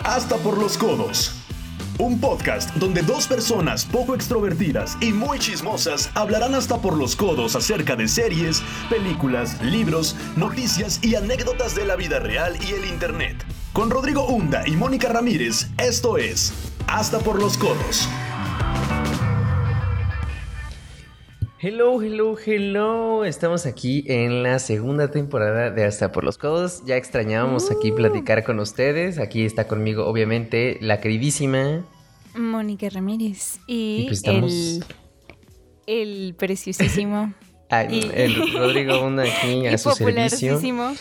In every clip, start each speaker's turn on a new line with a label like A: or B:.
A: hasta por los codos. Un podcast donde dos personas poco extrovertidas y muy chismosas hablarán hasta por los codos acerca de series, películas, libros, noticias y anécdotas de la vida real y el Internet. Con Rodrigo Hunda y Mónica Ramírez, esto es Hasta por los codos.
B: Hello, hello, hello. Estamos aquí en la segunda temporada de Hasta por los Codos. Ya extrañábamos
C: Uh.
B: aquí platicar con ustedes. Aquí está conmigo, obviamente, la queridísima.
C: Mónica Ramírez y,
B: Y pues estamos-
C: el, el preciosísimo
B: ay,
C: Y-
B: ah, el Rodrigo Hunda aquí
C: y
B: a su servicio.
C: popularísimo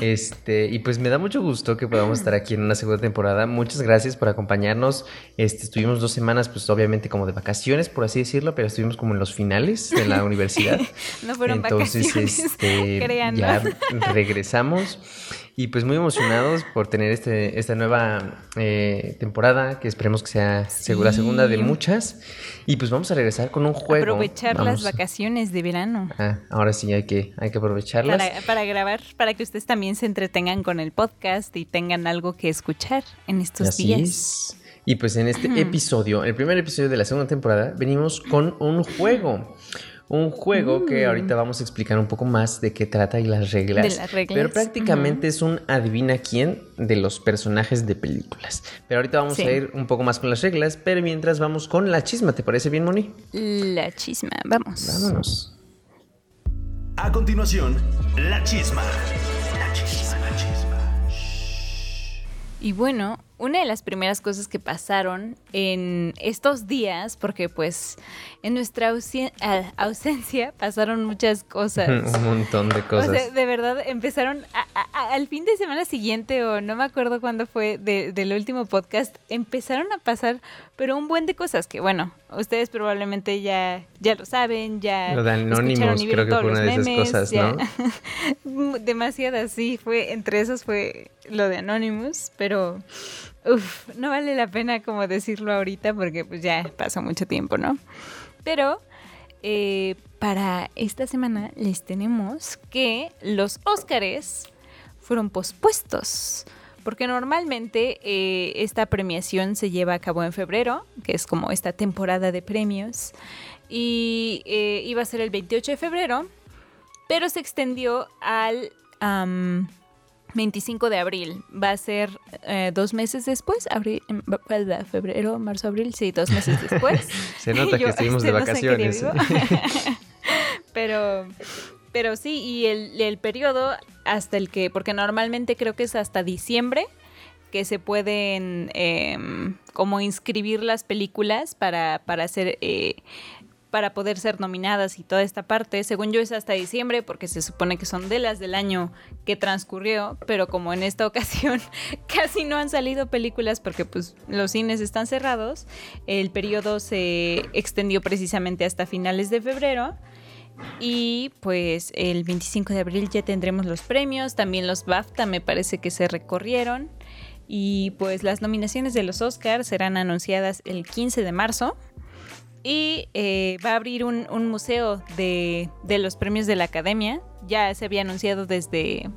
B: Este, y pues me da mucho gusto que podamos estar aquí en una segunda temporada. Muchas gracias por acompañarnos. Este, estuvimos dos semanas, pues obviamente como de vacaciones, por así decirlo, pero estuvimos como en los finales de la universidad.
C: No fueron
B: Entonces,
C: vacaciones,
B: este,
C: créanlo.
B: ya regresamos y pues muy emocionados por tener este, esta nueva eh, temporada que esperemos que sea seg- la
C: Sí.
B: segunda de muchas. Y pues vamos a regresar con un juego.
C: Aprovechar las
B: Vamos.
C: vacaciones de verano
B: Ajá, ahora sí hay que, hay que aprovecharlas.
C: para, para grabar, para que ustedes también se entretengan con el podcast y tengan algo que escuchar en estos
B: Así
C: días.
B: es. Y pues en este episodio, el primer episodio de la segunda temporada, venimos con un juego. Un juego que ahorita vamos a explicar un poco más de qué trata y las reglas.
C: Mm. De las reglas,
B: Pero prácticamente es un adivina quién de los personajes de películas. Pero ahorita vamos
C: Sí.
B: a ir un poco más con las reglas, pero mientras vamos con la chisma. ¿Te parece bien, Moni?
C: La chisma, vamos.
B: Vámonos.
A: A continuación, la chisma. La chisma, la chisma.
C: Y bueno, una de las primeras cosas que pasaron en estos días, porque pues en nuestra ausi- ah, ausencia pasaron muchas cosas.
B: un montón de cosas.
C: Pues, O sea, de verdad, empezaron a- a- a- al fin de semana siguiente, o no me acuerdo cuándo fue de- del último podcast, empezaron a pasar, pero un buen de cosas que, bueno, ustedes probablemente ya, ya lo saben, ya.
B: Lo de Anonymous,
C: escucharon y
B: creo
C: vieron
B: que
C: todos
B: fue
C: los
B: una de esas
C: memes,
B: cosas,
C: ya.
B: ¿no?
C: Mm, Demasiadas, sí, fue, entre esas fue lo de Anonymous, pero uf, no vale la pena como decirlo ahorita porque pues ya pasó mucho tiempo, ¿no? Pero eh, para esta semana les tenemos que los Óscares fueron pospuestos. Porque normalmente eh, esta premiación se lleva a cabo en febrero, que es como esta temporada de premios. Y eh, iba a ser el 28 de febrero, pero se extendió al am, 25 de abril. Va a ser eh, dos meses después, abril, em, ba- ba- febrero, marzo, abril, sí, dos meses después.
B: Se nota que
C: Yo,
B: estuvimos de
C: este, no sé en qué día
B: vacaciones.
C: vivo. pero, pero sí, y el, el periodo hasta el que, porque normalmente creo que es hasta diciembre que se pueden em, como inscribir las películas para, para hacer... eh, para poder ser nominadas y toda esta parte. Según yo es hasta diciembre porque se supone que son de las del año que transcurrió, pero como en esta ocasión casi no han salido películas porque pues los cines están cerrados, el periodo se extendió precisamente hasta finales de febrero. Y pues el 25 de abril ya tendremos los premios, también los BAFTA me parece que se recorrieron. Y pues las nominaciones de los Oscars serán anunciadas el 15 de marzo. Y eh, va a abrir un, un museo de, de los premios de la academia. Ya se había anunciado desde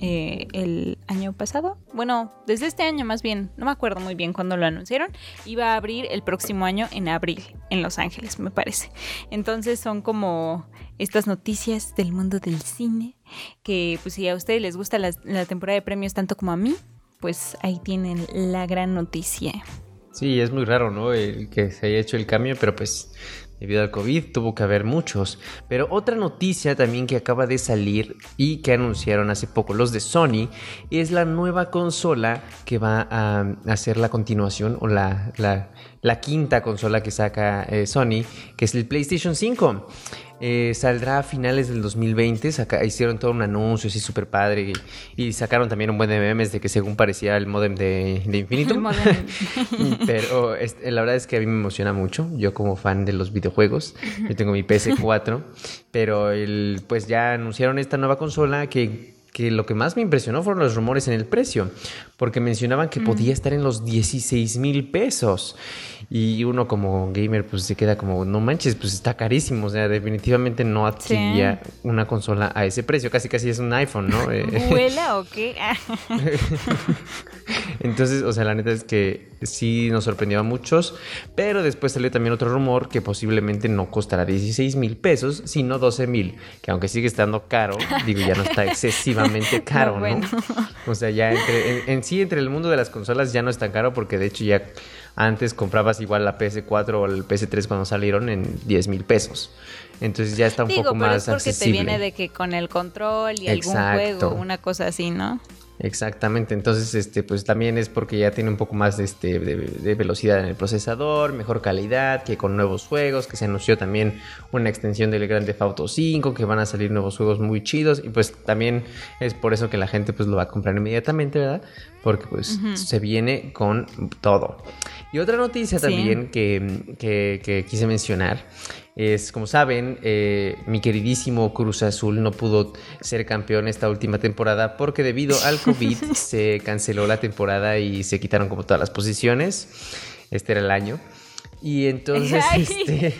C: eh, el año pasado. Bueno, desde este año más bien. No me acuerdo muy bien cuándo lo anunciaron. Y va a abrir el próximo año en abril, en Los Ángeles, me parece. Entonces son como estas noticias del mundo del cine. Que pues si a ustedes les gusta la, la temporada de premios tanto como a mí, pues ahí tienen la gran noticia.
B: Sí, es muy raro, ¿no? El que se haya hecho el cambio, pero pues debido al COVID tuvo que haber muchos. Pero otra noticia también que acaba de salir y que anunciaron hace poco los de Sony es la nueva consola que va a hacer la continuación o la, la- la quinta consola que saca eh, Sony, que es el PlayStation 5. Eh, saldrá a finales del 2020. saca- hicieron todo un anuncio así súper padre. Y, y sacaron también un buen de memes de que según parecía el modem de, de Infinitum.
C: El modem.
B: Pero este, la verdad es que a mí me emociona mucho. Yo como fan de los videojuegos, yo tengo mi PS4, pero el, pues ya anunciaron esta nueva consola que, que lo que más me impresionó fueron los rumores en el precio, porque mencionaban que podía estar en los 16 mil pesos. Y uno como gamer pues se queda como, no manches, pues está carísimo. O sea, definitivamente no adquiría una consola
C: Ah.
B: a ese precio. Casi casi es un iPhone, ¿no? Eh,
C: ¿Vuela o qué?
B: Entonces, o sea, la neta es que sí nos sorprendió a muchos, pero después salió también otro rumor que posiblemente no costará 16 mil pesos, sino 12 mil, que aunque sigue estando caro, digo, ya no está excesivamente caro, ¿no?
C: bueno.
B: O sea, ya entre, en, en sí, entre el mundo de las consolas ya no es tan caro porque de hecho ya antes comprabas igual la PS4 o el PS3 cuando salieron en 10 mil pesos. Entonces ya está un
C: Digo,
B: poco
C: pero
B: más
C: es porque
B: accesible.
C: te viene de que con el control y algún
B: Exacto.
C: juego, una cosa así, ¿no?
B: Exactamente, entonces este pues también es porque ya tiene un poco más de, este, de, de velocidad en el procesador, mejor calidad, que con nuevos juegos, que se anunció también una extensión del Grand Theft Auto 5, que van a salir nuevos juegos muy chidos y pues también es por eso que la gente pues lo va a comprar inmediatamente, ¿verdad? Porque pues se viene con todo. Y otra noticia
C: Sí.
B: también que, que- que quise mencionar es, como saben, eh, mi queridísimo Cruz Azul no pudo ser campeón esta última temporada porque debido al COVID se canceló la temporada y se quitaron como todas las posiciones. Este era el año. Y entonces,
C: Ay.
B: este,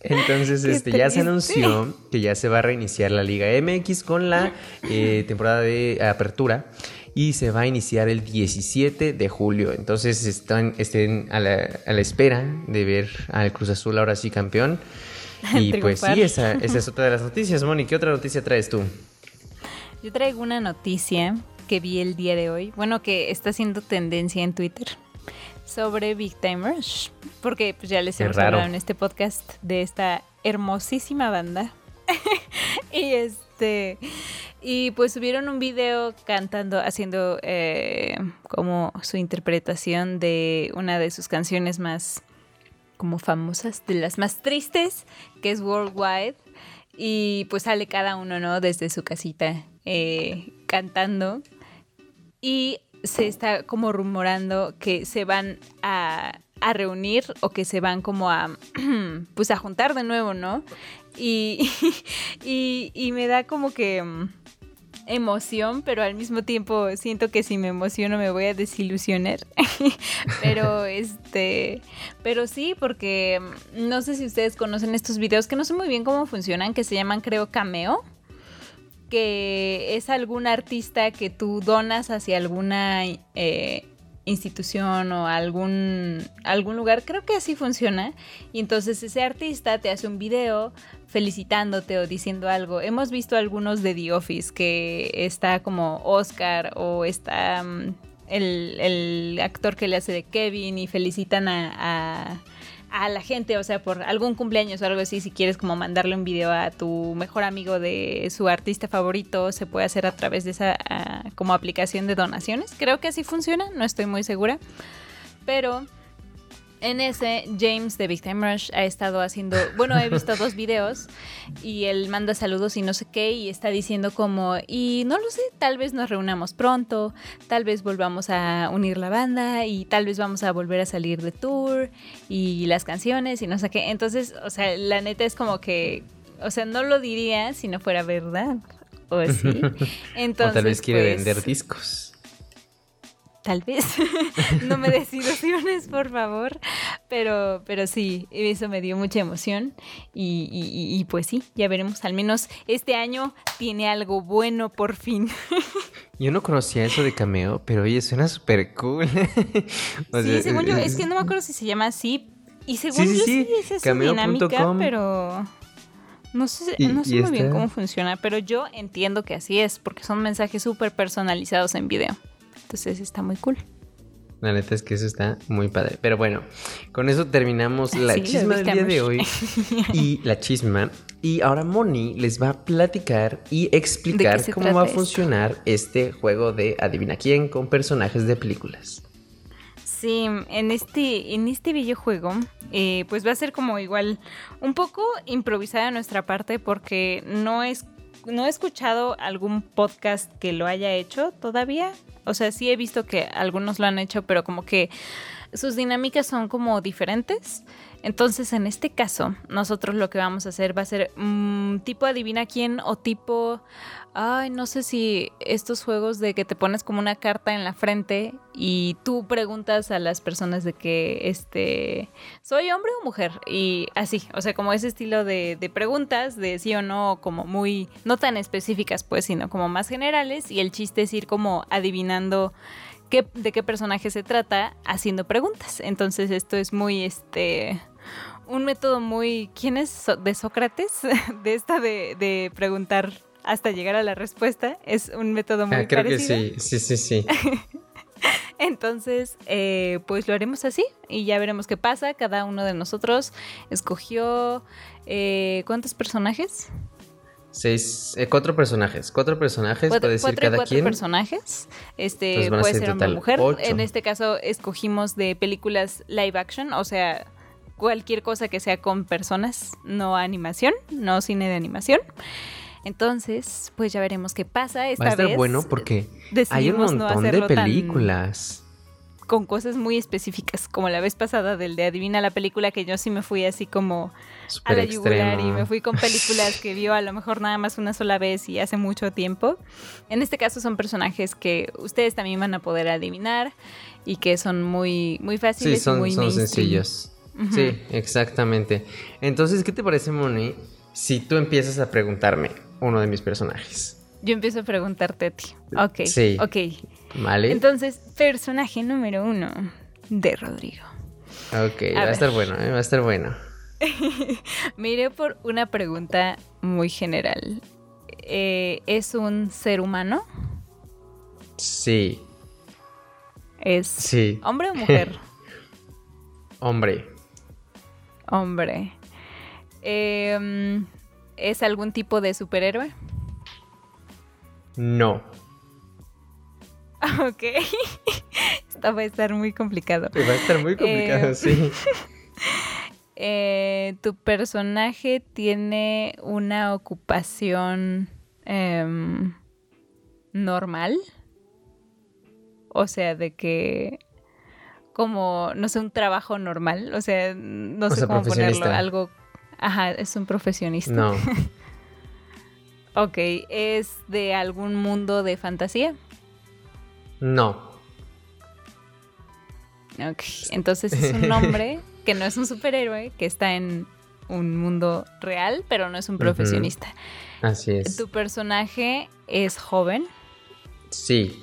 B: entonces
C: Qué
B: este, ya se
C: triste.
B: anunció que ya se va a reiniciar la Liga MX con la eh, temporada de apertura y se va a iniciar el 17 de julio. Entonces están, estén a la, a la espera de ver al Cruz Azul ahora sí campeón. Y pues sí,
C: Triunfar.
B: esa, esa es otra de las noticias, Moni. ¿Qué otra noticia traes tú?
C: Yo traigo una noticia que vi el día de hoy, bueno, que está haciendo tendencia en Twitter sobre Big Time Rush, porque pues, ya les
B: Qué
C: hemos
B: raro.
C: hablado en este podcast de esta hermosísima banda. y este y pues subieron un video cantando, haciendo eh, como su interpretación de una de sus canciones más como famosas, de las más tristes, que es Worldwide. Y pues sale cada uno, ¿no? Desde su casita eh, cantando. Y se está como rumorando que se van a, a reunir o que se van como a, pues a juntar de nuevo, ¿no? Y, y, y me da como que mm, emoción, pero al mismo tiempo siento que si me emociono me voy a desilusionar. pero este... Pero sí, porque mm, no sé si ustedes conocen estos videos que no sé muy bien cómo funcionan, que se llaman creo cameo, que es algún artista que tú donas hacia alguna eh, institución o algún, algún lugar, creo que así funciona, y entonces ese artista te hace un video felicitándote o diciendo algo. Hemos visto algunos de The Office, que está como Oscar o está... mm, el, el actor que le hace de Kevin y felicitan a, a- a la gente, o sea, por algún cumpleaños o algo así, si quieres como mandarle un video a tu mejor amigo de su artista favorito, se puede hacer a través de esa ah, como aplicación de donaciones. Creo que así funciona, no estoy muy segura, pero... En ese, James de Big Time Rush ha estado haciendo, bueno, he visto dos videos y él manda saludos y no sé qué y está diciendo como, y no lo sé, tal vez nos reunamos pronto, tal vez volvamos a unir la banda y tal vez vamos a volver a salir de tour y las canciones y no sé qué. Entonces, o sea, la neta es como que, o sea, no lo diría si no fuera verdad. O sí. Entonces,
B: o tal vez quiere
C: pues,
B: vender discos.
C: Tal vez. no me desilusiones, por favor. Pero, pero sí, eso me dio mucha emoción. Y, y- y- y pues sí, ya veremos. Al menos este año tiene algo bueno por fin.
B: Yo no conocía eso de cameo, pero oye, suena súper cool. O sea,
C: sí, según yo, es que no me acuerdo si se llama así. Y según
B: eh, sí,
C: yo
B: sí,
C: sí, esa es su
B: cameo punto
C: dinámica,
B: com.
C: pero no sé,
B: Y-
C: no sé
B: y este.
C: muy bien
B: está-
C: cómo funciona. Pero yo entiendo que así es, porque son mensajes súper personalizados en video. Entonces está muy cool.
B: La neta es que eso está muy padre. Pero bueno, con eso terminamos la
C: Sí, lo
B: chisma del día de hoy.
C: ubicamos.
B: Y la chisma. Y ahora Moni les va a platicar y explicar
C: ¿De qué se
B: cómo va a
C: trata esto?
B: funcionar este juego de Adivina quién con personajes de películas.
C: Sí, en este, en este videojuego, eh, pues va a ser como igual un poco improvisada nuestra parte porque no es no he escuchado algún podcast que lo haya hecho todavía. O sea, sí he visto que algunos lo han hecho, pero como que sus dinámicas son como diferentes. Entonces, en este caso, nosotros lo que vamos a hacer va a ser mm, tipo adivina quién o tipo, ay, no sé si estos juegos de que te pones como una carta en la frente y tú preguntas a las personas de que, este, ¿soy hombre o mujer? Y así, o sea, como ese estilo de, de preguntas, de sí o no, como muy, no tan específicas pues, sino como más generales y el chiste es ir como adivinando qué, de qué personaje se trata haciendo preguntas. Entonces esto es muy, este, un método muy, ¿quién es So- de Sócrates? De esta de, de preguntar hasta llegar a la respuesta. Es un método muy
B: Ah, creo
C: parecido.
B: que sí, sí, sí, sí.
C: Entonces, eh, pues lo haremos así y ya veremos qué pasa. Cada uno de nosotros escogió eh, ¿cuántos personajes?
B: Seis, eh, cuatro personajes. Cuatro personajes,
C: Cuatro,
B: puede decir
C: cuatro y
B: cada
C: cuatro
B: quien.
C: personajes. Este
B: Entonces van a
C: puede
B: ser
C: ser hombre o
B: total
C: mujer.
B: ocho.
C: En este caso escogimos de películas live action, o sea, cualquier cosa que sea con personas, no animación, no cine de animación. Entonces, pues ya veremos qué pasa. Esta
B: Va a estar
C: vez
B: bueno porque hay un
C: decidimos no
B: montón de
C: hacerlo tan-
B: películas.
C: con cosas muy específicas, como la vez pasada del de Adivina la película, que yo sí me fui así como a
B: Super
C: la yugular y
B: extremo.
C: me fui con películas que vio a lo mejor nada más una sola vez y hace mucho tiempo. En este caso son personajes que ustedes también van a poder adivinar y que son muy, muy
B: Sí,
C: fáciles y
B: son,
C: muy
B: son
C: mainstream.
B: sencillos.
C: Ujú.
B: Sí, exactamente. Entonces, ¿qué te parece, Moni, si tú empiezas a preguntarme uno de mis personajes?
C: Yo empiezo a preguntarte a ti. Ok,
B: Sí.
C: ok.
B: ¿Vale?
C: Entonces, personaje número uno de Rodrigo.
B: ok, va
C: ver.
B: a estar bueno, ¿eh? va a estar bueno.
C: Me iré por una pregunta muy general. Eh, ¿Es un ser humano?
B: Sí,
C: ¿Es
B: sí,
C: hombre o mujer?
B: hombre.
C: Hombre. Em, ¿Es algún tipo de superhéroe?
B: No.
C: Ok. Esto va a estar muy complicado.
B: Va a estar muy complicado,
C: Eh,
B: sí.
C: Eh, ¿Tu personaje tiene una ocupación em, normal? O sea, de que como, no sé, un trabajo normal. O sea, no
B: O
C: sé
B: sea,
C: cómo ponerlo.
B: profesionista.
C: Algo... Ajá, es un profesionista.
B: No,
C: Ok, ¿es de algún mundo de fantasía?
B: no.
C: Ok, entonces es un hombre que no es un superhéroe, que está en un mundo real, pero no es un
B: Ujú.
C: profesionista.
B: Así es.
C: Tu personaje es joven,
B: Sí,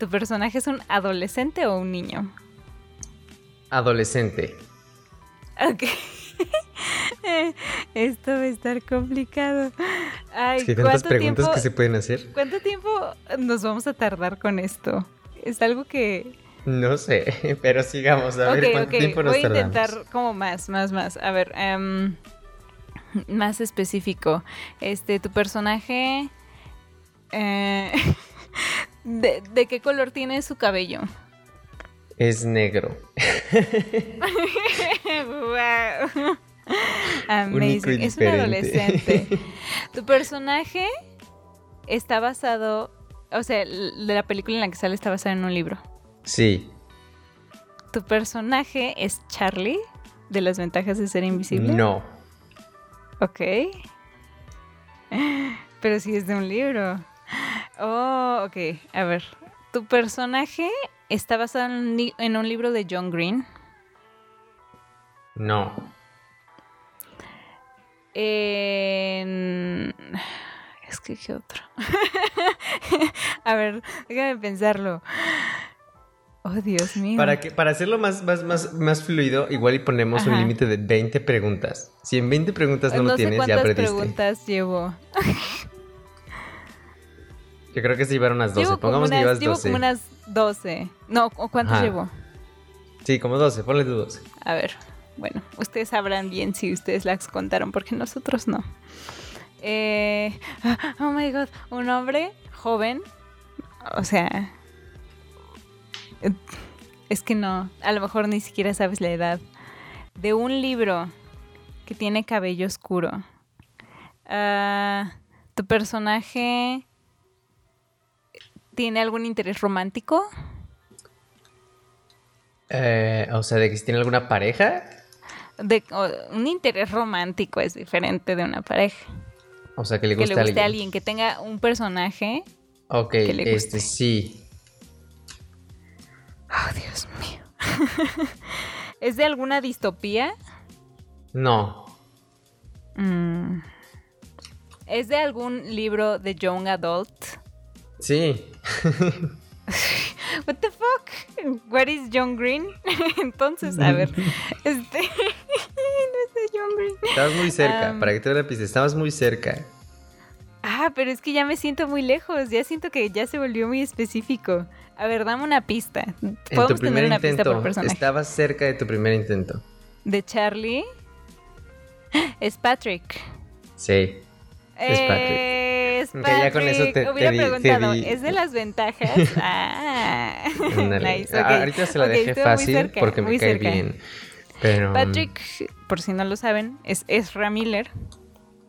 C: tu personaje es un adolescente o un niño.
B: adolescente.
C: Ok. Esto va a estar complicado. Ay,
B: Es que hay tantas
C: ¿cuánto,
B: preguntas
C: tiempo,
B: que se pueden hacer.
C: ¿cuánto tiempo nos vamos a tardar con esto? Es algo que...
B: No sé, pero sigamos a ver
C: Ok,
B: cuánto
C: ok,
B: tiempo nos
C: voy a
B: tardamos.
C: intentar como más, más, más. A ver, em, más específico. Este, tu personaje. eh, de, de qué color tiene su cabello?
B: Es negro.
C: wow. Amazing.
B: Único y
C: Es un
B: diferente.
C: adolescente. Tu personaje está basado. O sea, l- la película en la que sale está basada en un libro.
B: Sí.
C: ¿Tu personaje es Charlie? ¿De las ventajas de ser invisible?
B: No.
C: Ok. Pero si es de un libro. Oh, ok. A ver. ¿Tu personaje está basado en un, li- en un libro de John Green?
B: No.
C: En- Es que, ¿qué otro? A ver, déjame pensarlo. Oh, Dios mío.
B: Para, que, para hacerlo más, más, más, más fluido, igual y ponemos un
C: Ajá.
B: límite de 20 preguntas. Si en 20 preguntas no, lo
C: no sé
B: tienes, ya
C: cuántas
B: perdiste.
C: preguntas llevo.
B: Yo creo que se llevaron unas 12.
C: Llevo, como
B: Pongamos que
C: unas,
B: llevas
C: llevo
B: 12.
C: como unas 12. No, ¿o ¿cuántas
B: Ajá.
C: llevo?
B: Sí, como 12. Ponle tú 12.
C: A ver, bueno, ustedes sabrán bien si ustedes las contaron, porque nosotros no. Eh, ah, oh my god, un hombre joven, o sea, eh, es que no, a lo mejor ni siquiera sabes la edad, de un libro que tiene cabello oscuro. Ah, ¿Tu personaje tiene algún interés romántico?
B: Eh, o sea, de que si tiene alguna pareja.
C: De, o- un interés romántico es diferente de una pareja.
B: O sea, que le
C: que
B: gusta,
C: le guste a alguien, que tenga un personaje.
B: Ok,
C: que le guste.
B: este sí.
C: Oh, Dios mío. ¿Es de alguna distopía?
B: No.
C: Mm. ¿Es de algún libro de Young Adult?
B: Sí.
C: What the fuck? What is John Green? Entonces, a ver, este no es de John Green.
B: Estabas muy cerca,
C: Am.
B: para que te dé la pista, estabas muy cerca.
C: Ah, pero es que ya me siento muy lejos, ya siento que ya se volvió muy específico. A ver, dame una pista.
B: En tu
C: Podemos tener
B: primer
C: una pista por
B: intento,
C: personaje.
B: estabas cerca de tu primer intento.
C: De Charlie es Patrick.
B: Sí. Es Patrick.
C: Eh, es
B: Ok, ya con eso te-
C: Patrick.
B: te
C: Hubiera
B: di- te
C: preguntado,
B: di-
C: ¿es de las ventajas? Ah,
B: Ándale.
C: nice,
B: Ah,
C: ok.
B: Ahorita se la
C: Ok,
B: dejé
C: estuvo muy
B: fácil
C: cerca,
B: porque me
C: muy
B: cae
C: cerca.
B: bien. Pero, um,
C: Patrick, por si no lo saben, es Ezra Miller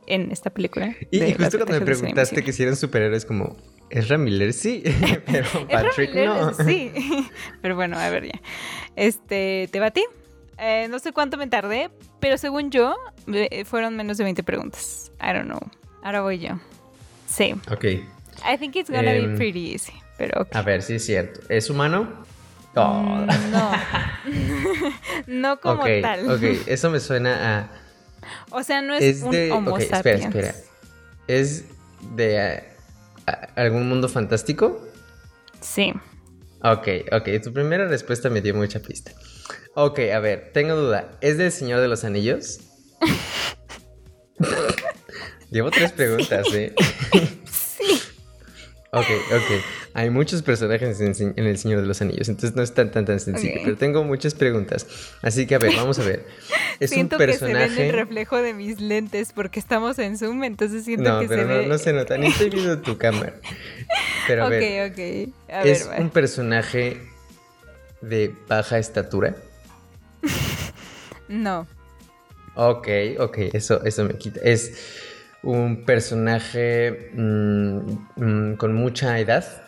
C: en esta película.
B: Y, y
C: de Las
B: justo cuando me
C: ventajas de ser
B: preguntaste que
C: invisible.
B: si eran superhéroes, como, ¿es Ramiller? Sí, pero
C: Ezra
B: Patrick
C: Miller
B: no.
C: es- sí, pero bueno, a ver ya. Este, te batí. Eh, no sé cuánto me tardé, pero según yo, eh, fueron menos de 20 preguntas. I don't know. Ahora voy yo. Sí.
B: Ok,
C: I think it's gonna
B: Em,
C: be pretty easy, pero ok.
B: a ver, sí es cierto. ¿Es humano?
C: Mm,
B: Oh.
C: No. no como
B: ok,
C: tal.
B: ok, eso me suena a...
C: O sea, no es,
B: Es,
C: un
B: de...
C: homo
B: Ok, espera,
C: sapiens.
B: espera. ¿Es de ah, ah, algún mundo fantástico?
C: Sí.
B: Ok, ok, tu primera respuesta me dio mucha pista. Ok, a ver, tengo duda. ¿Es del Señor de los Anillos? Llevo tres preguntas, ¿eh?
C: Sí.
B: Ok, ok. Hay muchos personajes en, se- en El Señor de los Anillos, entonces no es tan, tan, tan sencillo.
C: Ok.
B: Pero tengo muchas preguntas. Así que, a ver, vamos a ver. Es
C: siento
B: un
C: que se ve en el
B: personaje.
C: reflejo de mis lentes porque estamos en Zoom, entonces siento
B: No,
C: que
B: pero
C: se
B: no,
C: ve.
B: no se nota, ni estoy viendo tu cámara. Pero a ver,
C: ok, ok. A
B: ¿es
C: ver, va.
B: un personaje de baja estatura?
C: No.
B: Ok, ok, eso, eso me quita. Es un personaje mm, mm, con mucha edad.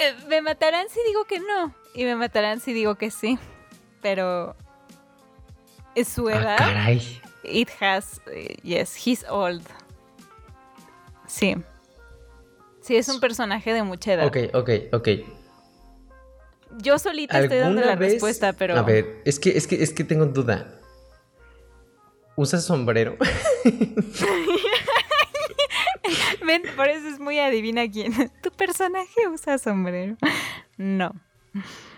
C: Eh, me matarán si digo que no. Y me matarán si digo que sí. Pero. Es su
B: Ah,
C: edad.
B: caray.
C: It has. eh, Yes, he's old. Sí. Sí, es un personaje de mucha edad.
B: Ok, ok, ok.
C: Yo solita estoy dando la respuesta, pero.
B: A ver, es que, es que, es que tengo duda. ¿Usa sombrero?
C: Ven, por eso es muy adivina quién. ¿Tu personaje usa sombrero? No.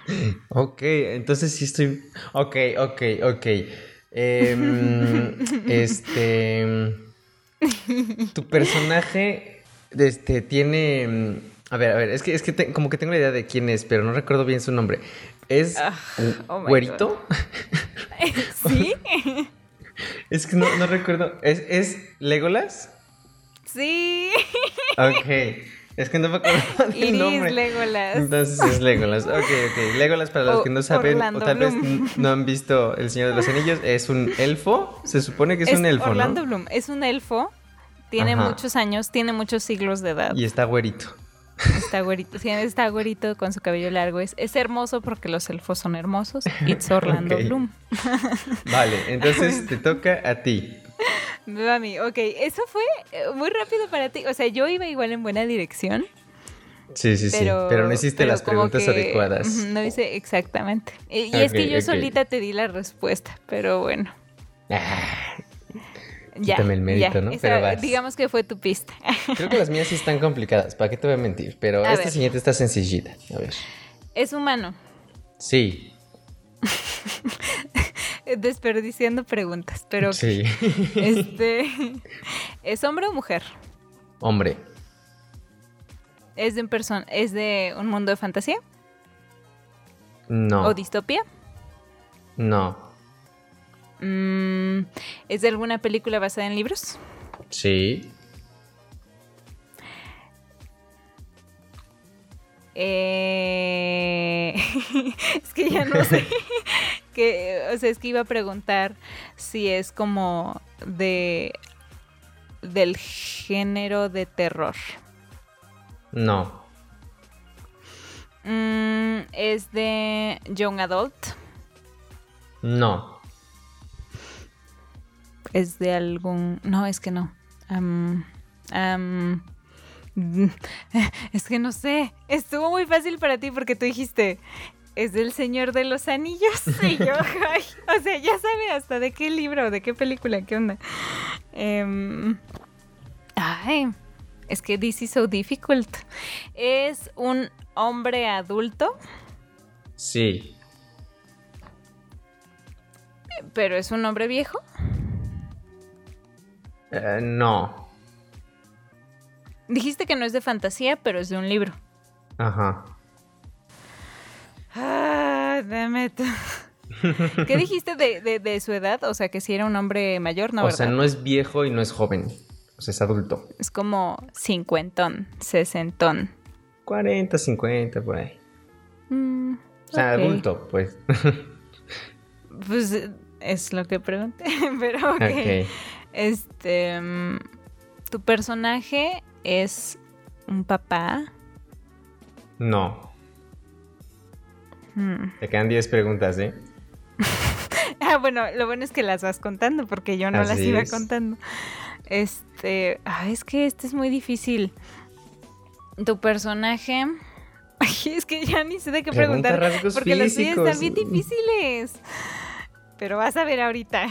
B: ok, entonces sí estoy. Ok, ok, ok. Em, este. Tu personaje. Este tiene. mm, A ver, a ver, es que, es que te- como que tengo la idea de quién es, pero no recuerdo bien su nombre. ¿Es
C: Ah,
B: gu-
C: oh my God.
B: güerito?
C: ¿Sí?
B: Es que no, no recuerdo. ¿Es, ¿Es Legolas?
C: Sí.
B: Ok. Es que no me acuerdo del nombre.
C: Iris Legolas.
B: Entonces es Legolas. Ok, ok. Legolas, para los
C: O-
B: que no saben
C: Orlando
B: o tal vez
C: Bloom.
B: n- no han visto El Señor de los Anillos, es un elfo. Se supone que es, un elfo,
C: Orlando
B: ¿no?
C: Bloom. Es un elfo. Tiene
B: Ajá.
C: muchos años, tiene muchos siglos de edad.
B: Y está güerito.
C: Está güerito, sí, está güerito con su cabello largo. Es, es hermoso porque los elfos son hermosos. It's Orlando
B: Ok.
C: Bloom.
B: Vale, entonces te toca a ti.
C: Mami, ok, eso fue eh, muy rápido para ti. O sea, yo iba igual en buena dirección.
B: Sí, sí, sí. Pero no hiciste
C: pero
B: las
C: como
B: preguntas
C: que,
B: adecuadas.
C: ujú, No hice exactamente. Y, y es
B: Ok,
C: que yo
B: ok.
C: solita te di la respuesta, pero bueno.
B: Ah,
C: Ya,
B: Quítame el mérito,
C: ya.
B: ¿no?
C: Esa,
B: Pero vas.
C: Digamos que fue tu pista.
B: creo que las mías sí están complicadas, ¿para qué te voy a mentir? Pero
C: A
B: esta
C: ver.
B: siguiente está sencillita. A ver.
C: es humano,
B: Sí.
C: eh, desperdiciando preguntas, pero
B: Sí.
C: este es hombre o mujer.
B: Hombre.
C: Es de un person- es de un mundo de fantasía
B: No.
C: o distopía.
B: No.
C: Mm, es de alguna película basada en libros.
B: Sí.
C: Eh, es que ya no sé. que, o sea, es que iba a preguntar si es como de del género de terror.
B: No.
C: Mm, es de Young Adult.
B: No.
C: Es de algún. No, es que no. Am, am, mm, es que no sé. Estuvo muy fácil para ti porque tú dijiste. Es del Señor de los Anillos. Y yo, ay, o sea, ya sabe hasta de qué libro, de qué película, qué onda. Em, ay, Es que this is so difficult. Es un hombre adulto,
B: Sí.
C: pero es un hombre viejo.
B: Eh, no.
C: Dijiste que no es de fantasía, pero es de un libro.
B: Ajá.
C: Ah, damn it. ¿Qué dijiste de, de- de su edad? O sea, que si era un hombre mayor, ¿no?
B: o sea,
C: ¿verdad?
B: no es viejo y no es joven. O sea, es adulto.
C: Es como cincuentón, sesentón.
B: 40, 50, por ahí.
C: Mm,
B: O sea,
C: ok.
B: adulto, pues.
C: Pues eh, es lo que pregunté, pero ok.
B: Ok.
C: Este. mm, Tu personaje es un papá.
B: No.
C: Mm.
B: Te quedan 10 preguntas, ¿eh?
C: Ah, bueno, lo bueno es que las vas contando porque yo no las
B: Así
C: iba
B: es.
C: contando. Este. ah, es que este es muy difícil. Tu personaje. Ay, es que ya ni sé de qué
B: Pregunta
C: preguntar.
B: rasgos
C: Porque las tuyas
B: físicos.
C: están bien difíciles. Pero vas a ver ahorita.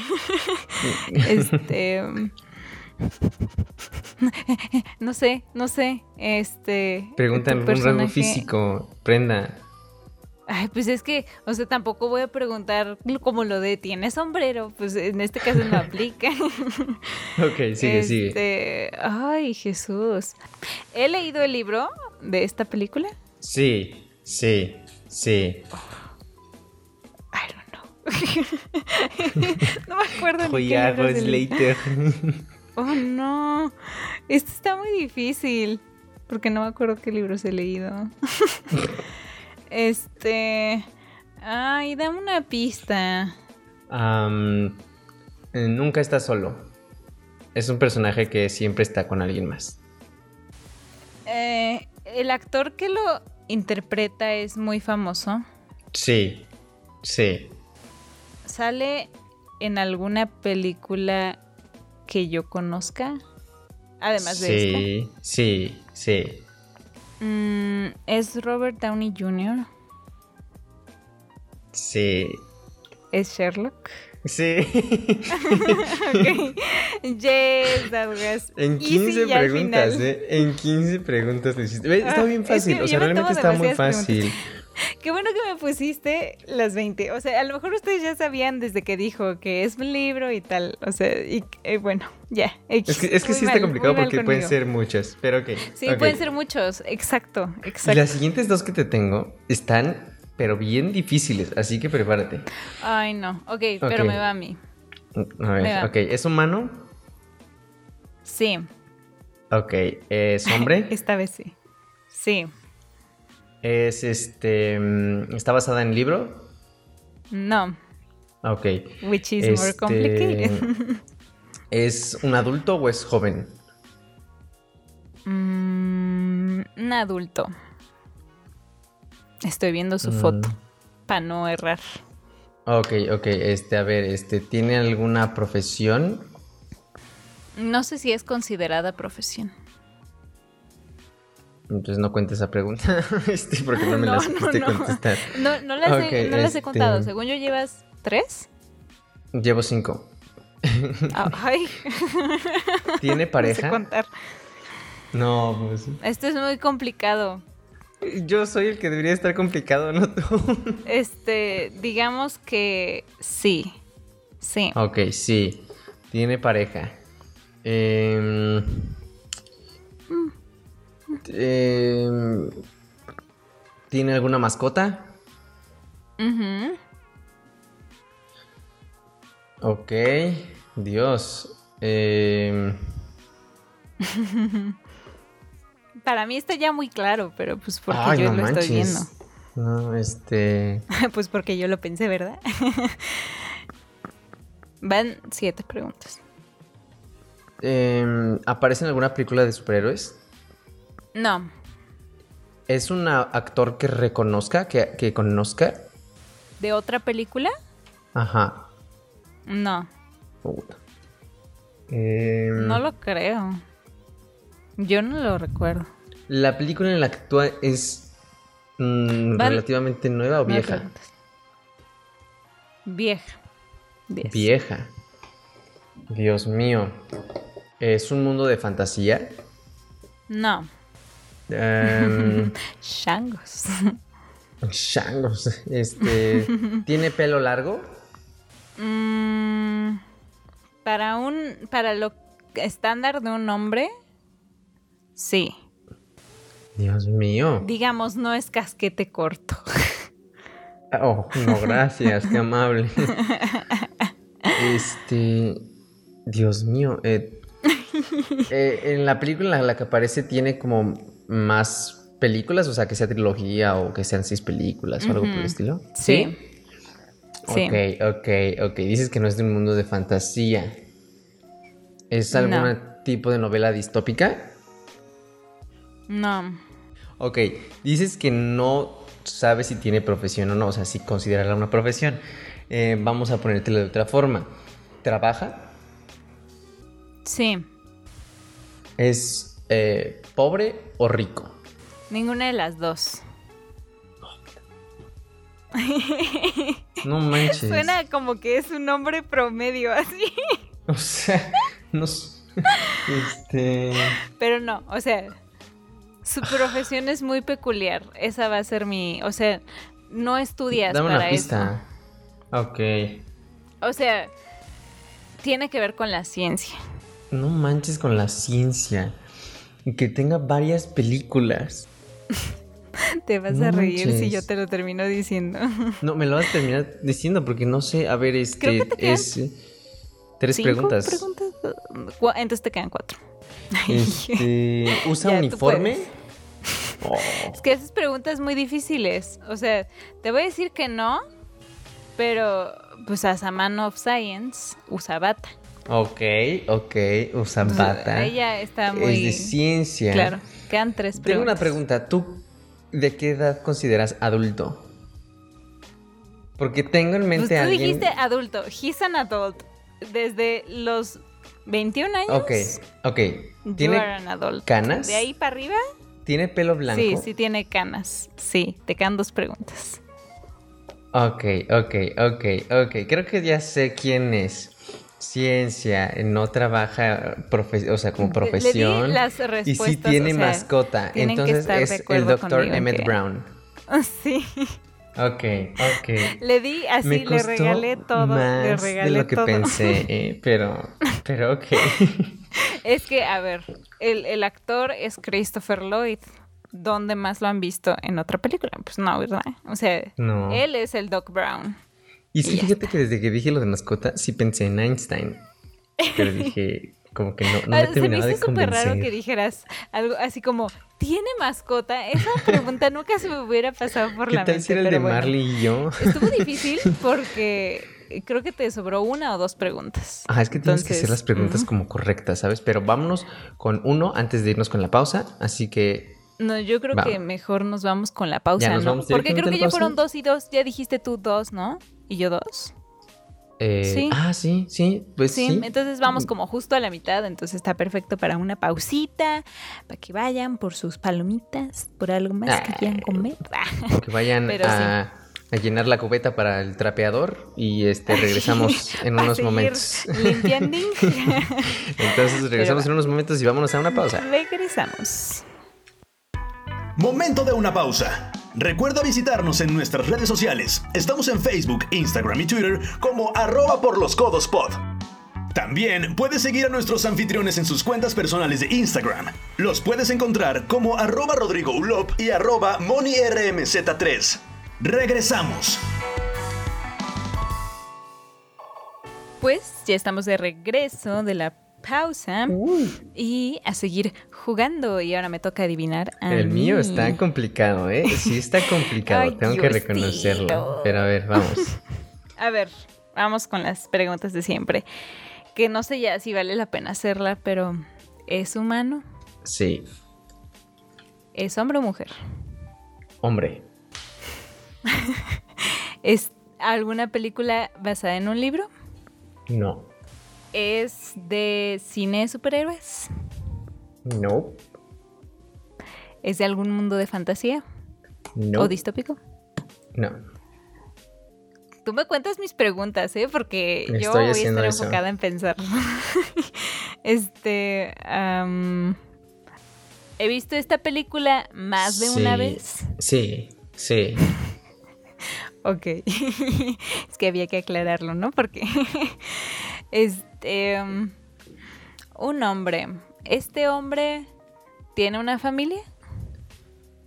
C: este. mm, No sé, no sé. Este.
B: Pregúntame
C: tu
B: un rasgo
C: personaje-
B: físico. Prenda.
C: Ay, pues es que, o sea, tampoco voy a preguntar como lo de tienes sombrero. Pues en este caso no aplica.
B: Ok, sigue, sigue.
C: Este, Ay, Jesús. He leído el libro de esta película.
B: Sí, sí, sí.
C: I don't know. no me acuerdo ni qué
B: Joya,
C: libro es
B: Rose
C: el-
B: Later.
C: Oh no, esto está muy difícil porque no me acuerdo qué libros he leído. este, ay, dame una pista.
B: Am, eh, nunca está solo. Es un personaje que siempre está con alguien más.
C: Eh, el actor que lo interpreta es muy famoso.
B: Sí, sí.
C: Sale en alguna película que yo conozca, además de
B: sí, sí, sí.
C: esta. Mm, es Robert Downey Jr.
B: Sí.
C: Es Sherlock.
B: Sí.
C: Ok. Yes, that was
B: En
C: easy
B: 15
C: ya al
B: preguntas,
C: final.
B: ¿eh? En 15 preguntas lo hiciste. Ve, Está
C: Ah,
B: bien
C: es que
B: fácil. o
C: yo
B: sea,
C: me
B: realmente
C: tomo
B: está muy
C: demasiadas
B: fácil.
C: Qué bueno que me pusiste las 20. O sea, a lo mejor ustedes ya sabían desde que dijo que es un libro y tal. O sea, y eh, bueno, ya. X.
B: Es que, es que
C: Muy
B: sí
C: mal,
B: está complicado
C: muy mal
B: porque pueden
C: conmigo.
B: ser muchas. Pero ok.
C: Sí,
B: ok.
C: pueden ser muchos. Exacto,
B: Y
C: exacto.
B: las siguientes dos que te tengo están, pero bien difíciles. Así que prepárate.
C: Ay, no. ok, pero
B: Ok.
C: me va a mí.
B: Mm, A
C: Ahí
B: ver,
C: va.
B: ok. ¿Es humano?
C: Sí,
B: Ok. ¿Es hombre?
C: esta vez sí. Sí.
B: ¿Es este. mm, ¿Está basada en libro?
C: No.
B: Ok.
C: Which is more
B: Este,
C: complicated.
B: ¿Es un adulto o es joven?
C: Mm, un adulto. Estoy viendo
B: Ah.
C: su foto para no errar.
B: Mm. Ok, ok, este, a ver, este, ¿tiene alguna profesión?
C: No sé si es considerada profesión.
B: Entonces no cuenta esa pregunta, este, porque no me la supiste contestar.
C: No, no las, he,
B: Ok,
C: no las he
B: este-
C: contado. Según yo llevas tres.
B: Llevo cinco.
C: Ah, Ay,
B: ¿Tiene
C: no sé
B: pareja?
C: contar.
B: No, pues.
C: Esto es muy complicado.
B: Yo soy el que debería estar complicado, ¿no tú?
C: Este, digamos que sí. Sí.
B: ok, sí. Tiene pareja. Em, em, ¿Tiene alguna mascota?
C: Ujú.
B: Ok, Dios. Em,
C: Para mí está ya muy claro, pero pues porque
B: ay,
C: yo
B: no
C: lo estoy viendo.
B: manches. No, este.
C: Pues porque yo lo pensé, ¿verdad? Van siete preguntas.
B: em, ¿Aparece en alguna película de superhéroes?
C: No,
B: ¿Es un a- actor que reconozca, que, que conozca?
C: de otra película,
B: Ajá.
C: no,
B: Puta. Em,
C: no lo creo. Yo no lo recuerdo.
B: ¿La película en la que actúa es mm,
C: Van-
B: relativamente nueva o
C: Nueve
B: vieja?
C: preguntas. Vieja. Diez.
B: Vieja. Dios mío. ¿Es un mundo de fantasía?
C: No.
B: Em,
C: Shangos.
B: changos. Este, ¿Tiene pelo largo?
C: Mm, para un. Para lo estándar de un hombre. Sí.
B: Dios mío.
C: Digamos, no es casquete corto.
B: Oh, no, gracias, qué amable. Este. Dios mío. eh, eh, en la película en la que aparece tiene como más películas, o sea, que sea trilogía o que sean seis películas o algo por el
C: Ujú.
B: estilo.
C: Sí. Sí.
B: Ok, ok, ok. Dices que no es de un mundo de fantasía. ¿Es
C: No.
B: algún tipo de novela distópica?
C: No.
B: Ok, dices que no sabes si tiene profesión o no, o sea, si considerarla una profesión. Eh, vamos a ponértelo de otra forma. ¿Trabaja?
C: Sí.
B: ¿Es eh, pobre o rico?
C: Ninguna de las dos.
B: No manches.
C: Suena como que es un hombre promedio así.
B: O sea, no s- Este.
C: Pero no, o sea, su profesión es muy peculiar. Esa va a ser mi. O sea, no estudias
B: Dame
C: para
B: una pista. Ok.
C: eso. O sea, tiene que ver con la ciencia.
B: No manches con la ciencia. Y que tenga varias películas.
C: Te vas
B: No
C: a reír si
B: manches.
C: yo te lo termino diciendo.
B: No, me lo vas a terminar diciendo porque no sé. A ver, este.
C: Creo que te quedan
B: es, eh, Tres
C: ¿Cinco
B: preguntas.
C: Cu- Entonces te quedan cuatro.
B: Este, ¿Usa
C: Ya, tú
B: uniforme?
C: puedes.
B: Oh,
C: Es que haces preguntas muy difíciles. O sea, te voy a decir que no, pero pues as a man of science usa bata.
B: ok, Oh, ok, usa
C: O sea,
B: bata.
C: Ella está
B: Es
C: muy...
B: de ciencia.
C: Claro, quedan tres preguntas.
B: Tengo una pregunta. ¿Tú de qué edad consideras adulto? Porque tengo en
C: Pues
B: mente
C: tú
B: a alguien.
C: dijiste adulto, he's an adult. Desde los 21 años,
B: Ok, ok.
C: you
B: ¿Tiene
C: are an adult.
B: canas?
C: De ahí para arriba,
B: ¿Tiene pelo blanco?
C: sí, sí tiene canas. Sí, te quedan dos preguntas.
B: Ok, ok, ok, ok. Creo que ya sé quién es. Ciencia, no trabaja profe- o sea, como
C: Le- le di
B: profesión.
C: las
B: y sí
C: respuestas,
B: tiene
C: o sea,
B: mascota.
C: tienen que
B: Entonces
C: estar de
B: es el
C: acuerdo
B: doctor
C: conmigo en
B: Emmett
C: que-
B: Brown.
C: Sí,
B: Ok, ok.
C: le di así,
B: Me
C: le
B: costó
C: regalé todo,
B: más
C: le regalé
B: de lo que
C: todo.
B: pensé, eh, pero, pero ok.
C: Es que, a ver, el, el actor es Christopher Lloyd. ¿Dónde más lo han visto en otra película? Pues no, ¿verdad? O sea,
B: No.
C: él es el Doc Brown.
B: Y sí, fíjate que desde que dije lo de mascota, sí pensé en Einstein. Pero dije, como que no, no me
C: Ah, se me
B: terminaba
C: hizo
B: de
C: súper raro que
B: convencer.
C: dijeras algo así como, ¿tiene mascota? Esa pregunta nunca se me hubiera pasado por
B: ¿Qué
C: la
B: tal
C: mente.
B: si era el
C: pero
B: de
C: bueno.
B: Marley y yo?
C: Estuvo difícil porque creo que te sobró una o dos preguntas.
B: Ah, es que tienes que hacer
C: Entonces,
B: las preguntas
C: ujú.
B: como correctas, ¿sabes? Pero vámonos con uno antes de irnos con la pausa. Así que,
C: No, yo creo
B: Va.
C: que mejor nos vamos con la pausa,
B: Ya, nos
C: ¿no?
B: vamos
C: Porque creo
B: directamente
C: que
B: a
C: ya
B: la
C: fueron
B: pausa.
C: dos y dos. Ya dijiste tú dos, ¿no? Y yo dos.
B: eh,
C: Sí.
B: ah, sí, sí, pues
C: Sí,
B: sí.
C: entonces vamos como justo a la mitad, entonces está perfecto para una pausita, para que vayan por sus palomitas, por algo más que quieran comer.
B: O que vayan
C: Pero
B: a, a llenar la cubeta para el trapeador y este regresamos en
C: Pa'
B: unos
C: seguir
B: momentos.
C: Limpiando.
B: Entonces regresamos
C: va.
B: en unos momentos y vámonos a una pausa.
C: Regresamos.
A: Momento de una pausa. Recuerda visitarnos en nuestras redes sociales. Estamos en Facebook, Instagram y Twitter como arroba por los codos pod. También puedes seguir a nuestros anfitriones en sus cuentas personales de Instagram. Los puedes encontrar como arroba Rodrigo Ulop y arroba MoniRMZ3. Regresamos.
C: Pues ya estamos de regreso de la pausa y a seguir jugando y ahora me toca adivinar a
B: El mío
C: mí.
B: está complicado, ¿eh? Sí está complicado,
C: Ay,
B: tengo que
C: Dios
B: reconocerlo.
C: mío.
B: Pero a ver, vamos.
C: A ver, vamos con las preguntas de siempre. Que no sé ya si vale la pena hacerla, pero ¿es humano?
B: Sí,
C: ¿Es hombre o mujer?
B: hombre,
C: ¿Es alguna película basada en un libro?
B: no,
C: ¿Es de cine de superhéroes?
B: no,
C: ¿Es de algún mundo de fantasía
B: no,
C: o distópico?
B: no.
C: Tú me cuentas mis preguntas, ¿eh? Porque yo
B: Estoy
C: voy a
B: haciendo
C: estar
B: eso.
C: enfocada en pensar. este. am, He visto esta película más de
B: Sí,
C: una vez.
B: Sí, sí.
C: Ok. es que había que aclararlo, ¿no? Porque este um, un hombre, este hombre tiene una familia,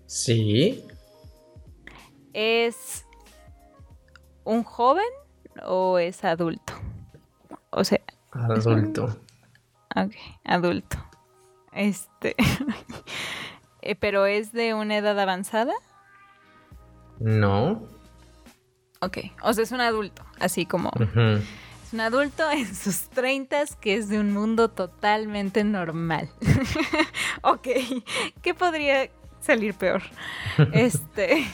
B: Sí.
C: es un joven o es adulto. O sea,
B: Adulto.
C: ok, adulto. Este eh, pero es de una edad avanzada.
B: No.
C: Ok, o sea, es un adulto, así como
B: Ujú.
C: es un adulto en sus treintas que es de un mundo totalmente normal. ok, ¿qué podría salir peor? Este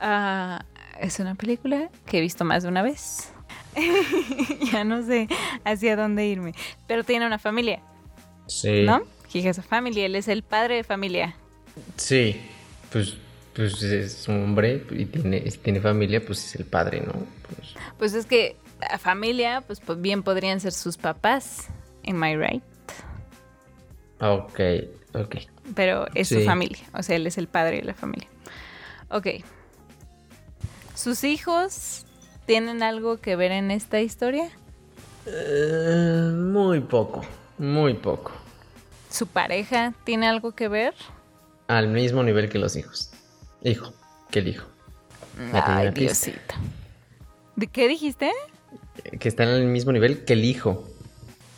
C: ah, es una película que he visto más de una vez. ya no sé hacia dónde irme, pero tiene una familia,
B: Sí.
C: ¿no? He has a family, él es el padre de familia.
B: Sí. Pues, pues es un hombre y tiene, si tiene familia, pues es el padre, ¿no? Pues,
C: Pues es que la familia, pues pues, bien podrían ser sus papás, am I right?
B: ok, ok.
C: pero es su
B: Sí.
C: familia, o sea, él es el padre de la familia. Ok. ¿Sus hijos tienen algo que ver en esta historia?
B: Eh, muy poco, muy poco.
C: ¿Su pareja tiene algo que ver?
B: Al mismo nivel que los hijos. Hijo, que el hijo. La primera
C: Ay,
B: pista.
C: Diosito. ¿De qué dijiste?
B: Que están al mismo nivel que el hijo.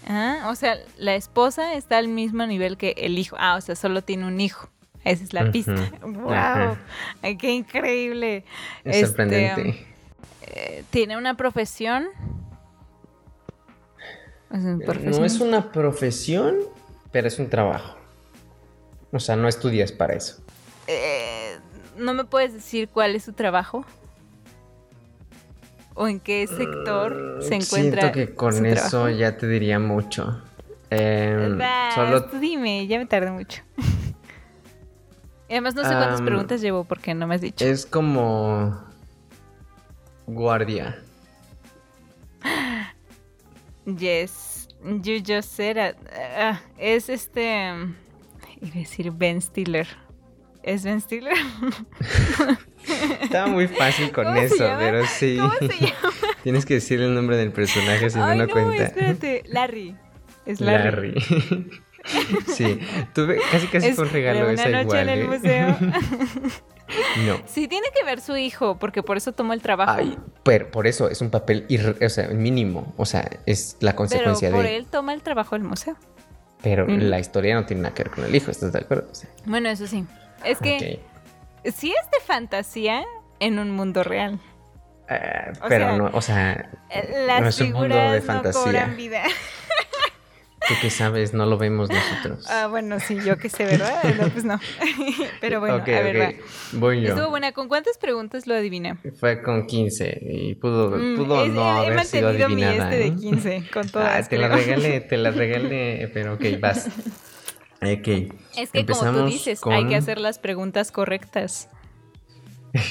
C: Ah, o sea, la esposa está al mismo nivel que el hijo. Ah, o sea, solo tiene un hijo. Esa es la
B: Ujú.
C: pista. ¡Wow!
B: Ajá.
C: Ay, ¡Qué increíble!
B: Es
C: Este,
B: sorprendente.
C: eh, ¿Tiene una profesión? ¿Es una
B: Eh, No
C: profesión?
B: es una profesión, pero es un trabajo. O sea, no estudias para eso.
C: Eh, ¿No me puedes decir cuál es su trabajo? ¿O en qué sector se encuentra?
B: Mm, Siento que con
C: su
B: eso
C: trabajo?
B: ya te diría mucho. Em,
C: Vas,
B: solo
C: tú Dime, ya me tardé mucho. Y además no sé cuántas
B: Am,
C: preguntas llevo porque no me has dicho.
B: es como guardia.
C: Yes, you just said it. Ah, es este... Iba a decir Ben Stiller. ¿Es Ben Stiller?
B: Estaba muy fácil con
C: ¿Cómo se
B: eso,
C: llama?
B: pero sí.
C: ¿Cómo se llama?
B: Tienes que decir el nombre del personaje si
C: Ay,
B: no, no
C: no,
B: cuenta.
C: espérate. Larry. Es Larry.
B: Larry. sí, tuve, casi casi
C: Es
B: fue un regalo
C: de una
B: esa
C: noche
B: igual.
C: en el
B: ¿eh?
C: museo.
B: no.
C: Sí, tiene que ver su hijo, porque por eso tomó el trabajo.
B: Ay, pero por eso es un papel irre- o sea, mínimo. O sea, es la
C: pero
B: consecuencia
C: por
B: de.
C: él toma el trabajo del museo.
B: Pero
C: Mm.
B: la historia no tiene nada que ver con el hijo, ¿estás de acuerdo? O sea,
C: Bueno, eso sí. Es que
B: ok.
C: sí es de fantasía en un mundo real.
B: Ah,
C: O
B: pero
C: sea,
B: no, o sea,
C: Eh, Las
B: no es un mundo
C: figuras
B: de
C: no cobran
B: fantasía.
C: vida.
B: Tú que sabes, no lo vemos nosotros.
C: Ah, bueno, sí, yo qué sé, ¿verdad? No, pues no. pero bueno,
B: Ok,
C: a ver,
B: ok,
C: va.
B: voy yo.
C: Estuvo buena. ¿Con cuántas preguntas lo adiviné?
B: Fue con 15 y pudo,
C: Mm,
B: Pues, pudo
C: es-
B: no
C: he, he
B: haber sido
C: mantenido mi
B: adivinada.
C: este
B: ¿eh?
C: de 15 con
B: Ah,
C: todas.
B: te la
C: creo.
B: regalé, te la regalé, pero ok, vas. Ok.
C: Es que como tú dices, hay que hacer las preguntas correctas.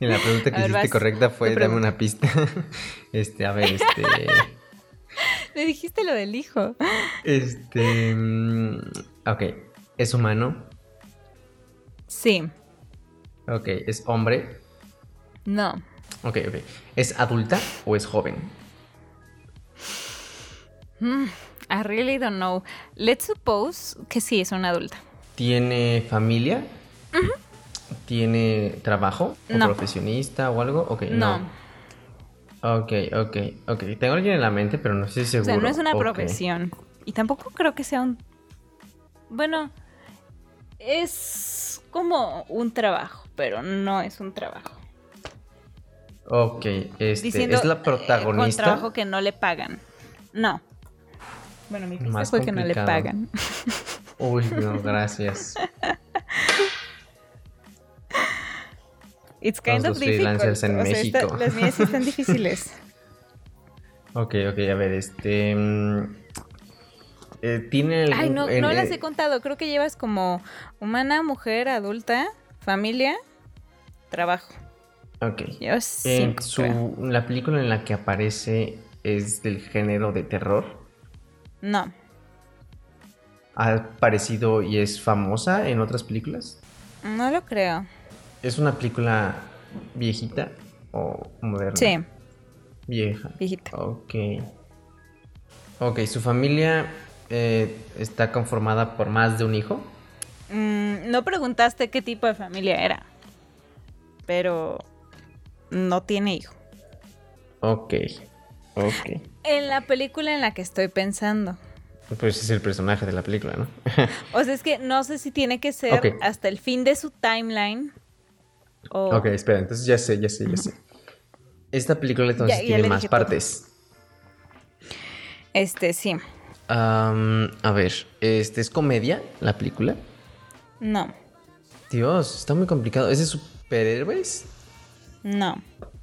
B: Y la pregunta que
C: A ver,
B: hiciste
C: vas,
B: correcta fue,
C: tu
B: dame una pista. Este, a ver, este...
C: Me dijiste lo del hijo.
B: este... mm, Ok, es humano.
C: Sí,
B: Ok, es hombre.
C: no,
B: Ok, ok. ¿Es adulta o es joven?
C: Mm, I really don't know. Let's suppose que sí es una adulta.
B: ¿Tiene familia? ¿Tiene trabajo? ¿O
C: No.
B: profesionista o algo? Ok,
C: No.
B: no. Ok, ok, ok. Tengo alguien en la mente, pero no estoy
C: O
B: seguro.
C: sea, no es una
B: Ok.
C: profesión. Y tampoco creo que sea un... Bueno, es como un trabajo, pero no es un trabajo.
B: Ok, este,
C: Diciendo,
B: es la
C: eh, con
B: protagonista.
C: trabajo que no le pagan. No. Bueno, mi pista
B: Más
C: fue que no le
B: complicado.
C: pagan.
B: Uy, no, gracias.
C: It's kind
B: Los dos
C: of
B: freelancers
C: difficult.
B: en
C: O sea, esta-
B: México.
C: las mías sí están difíciles.
B: Ok, ok, a ver, este... mm, eh, ¿Tiene algún...
C: Ay, no,
B: en-
C: no las
B: eh,
C: he contado. Creo que llevas como humana, mujer, adulta, familia, trabajo.
B: Ok.
C: Llevas
B: En
C: cinco.
B: su-
C: creo.
B: la película en la que aparece es del género de terror.
C: No,
B: ha aparecido y es famosa en otras películas?
C: No lo creo.
B: ¿Es una película viejita o moderna?
C: Sí,
B: Vieja.
C: viejita.
B: Ok. Ok, ¿su familia eh, está conformada por más de un hijo?
C: Mm, no preguntaste qué tipo de familia era, pero no tiene hijo.
B: Ok. Ok.
C: En la película en la que estoy pensando.
B: Pues es el personaje de la película, ¿no?
C: O sea, es que no sé si tiene que ser
B: Ok.
C: hasta el fin de su timeline. O...
B: Ok, espera, entonces ya sé, ya sé, ya sé. Esta película entonces
C: Ya- ya
B: tiene
C: le
B: más
C: dije todo.
B: partes.
C: Este, sí.
B: Am, a ver, este es comedia la película.
C: No,
B: Dios, está muy complicado. ¿Es de superhéroes?
C: no.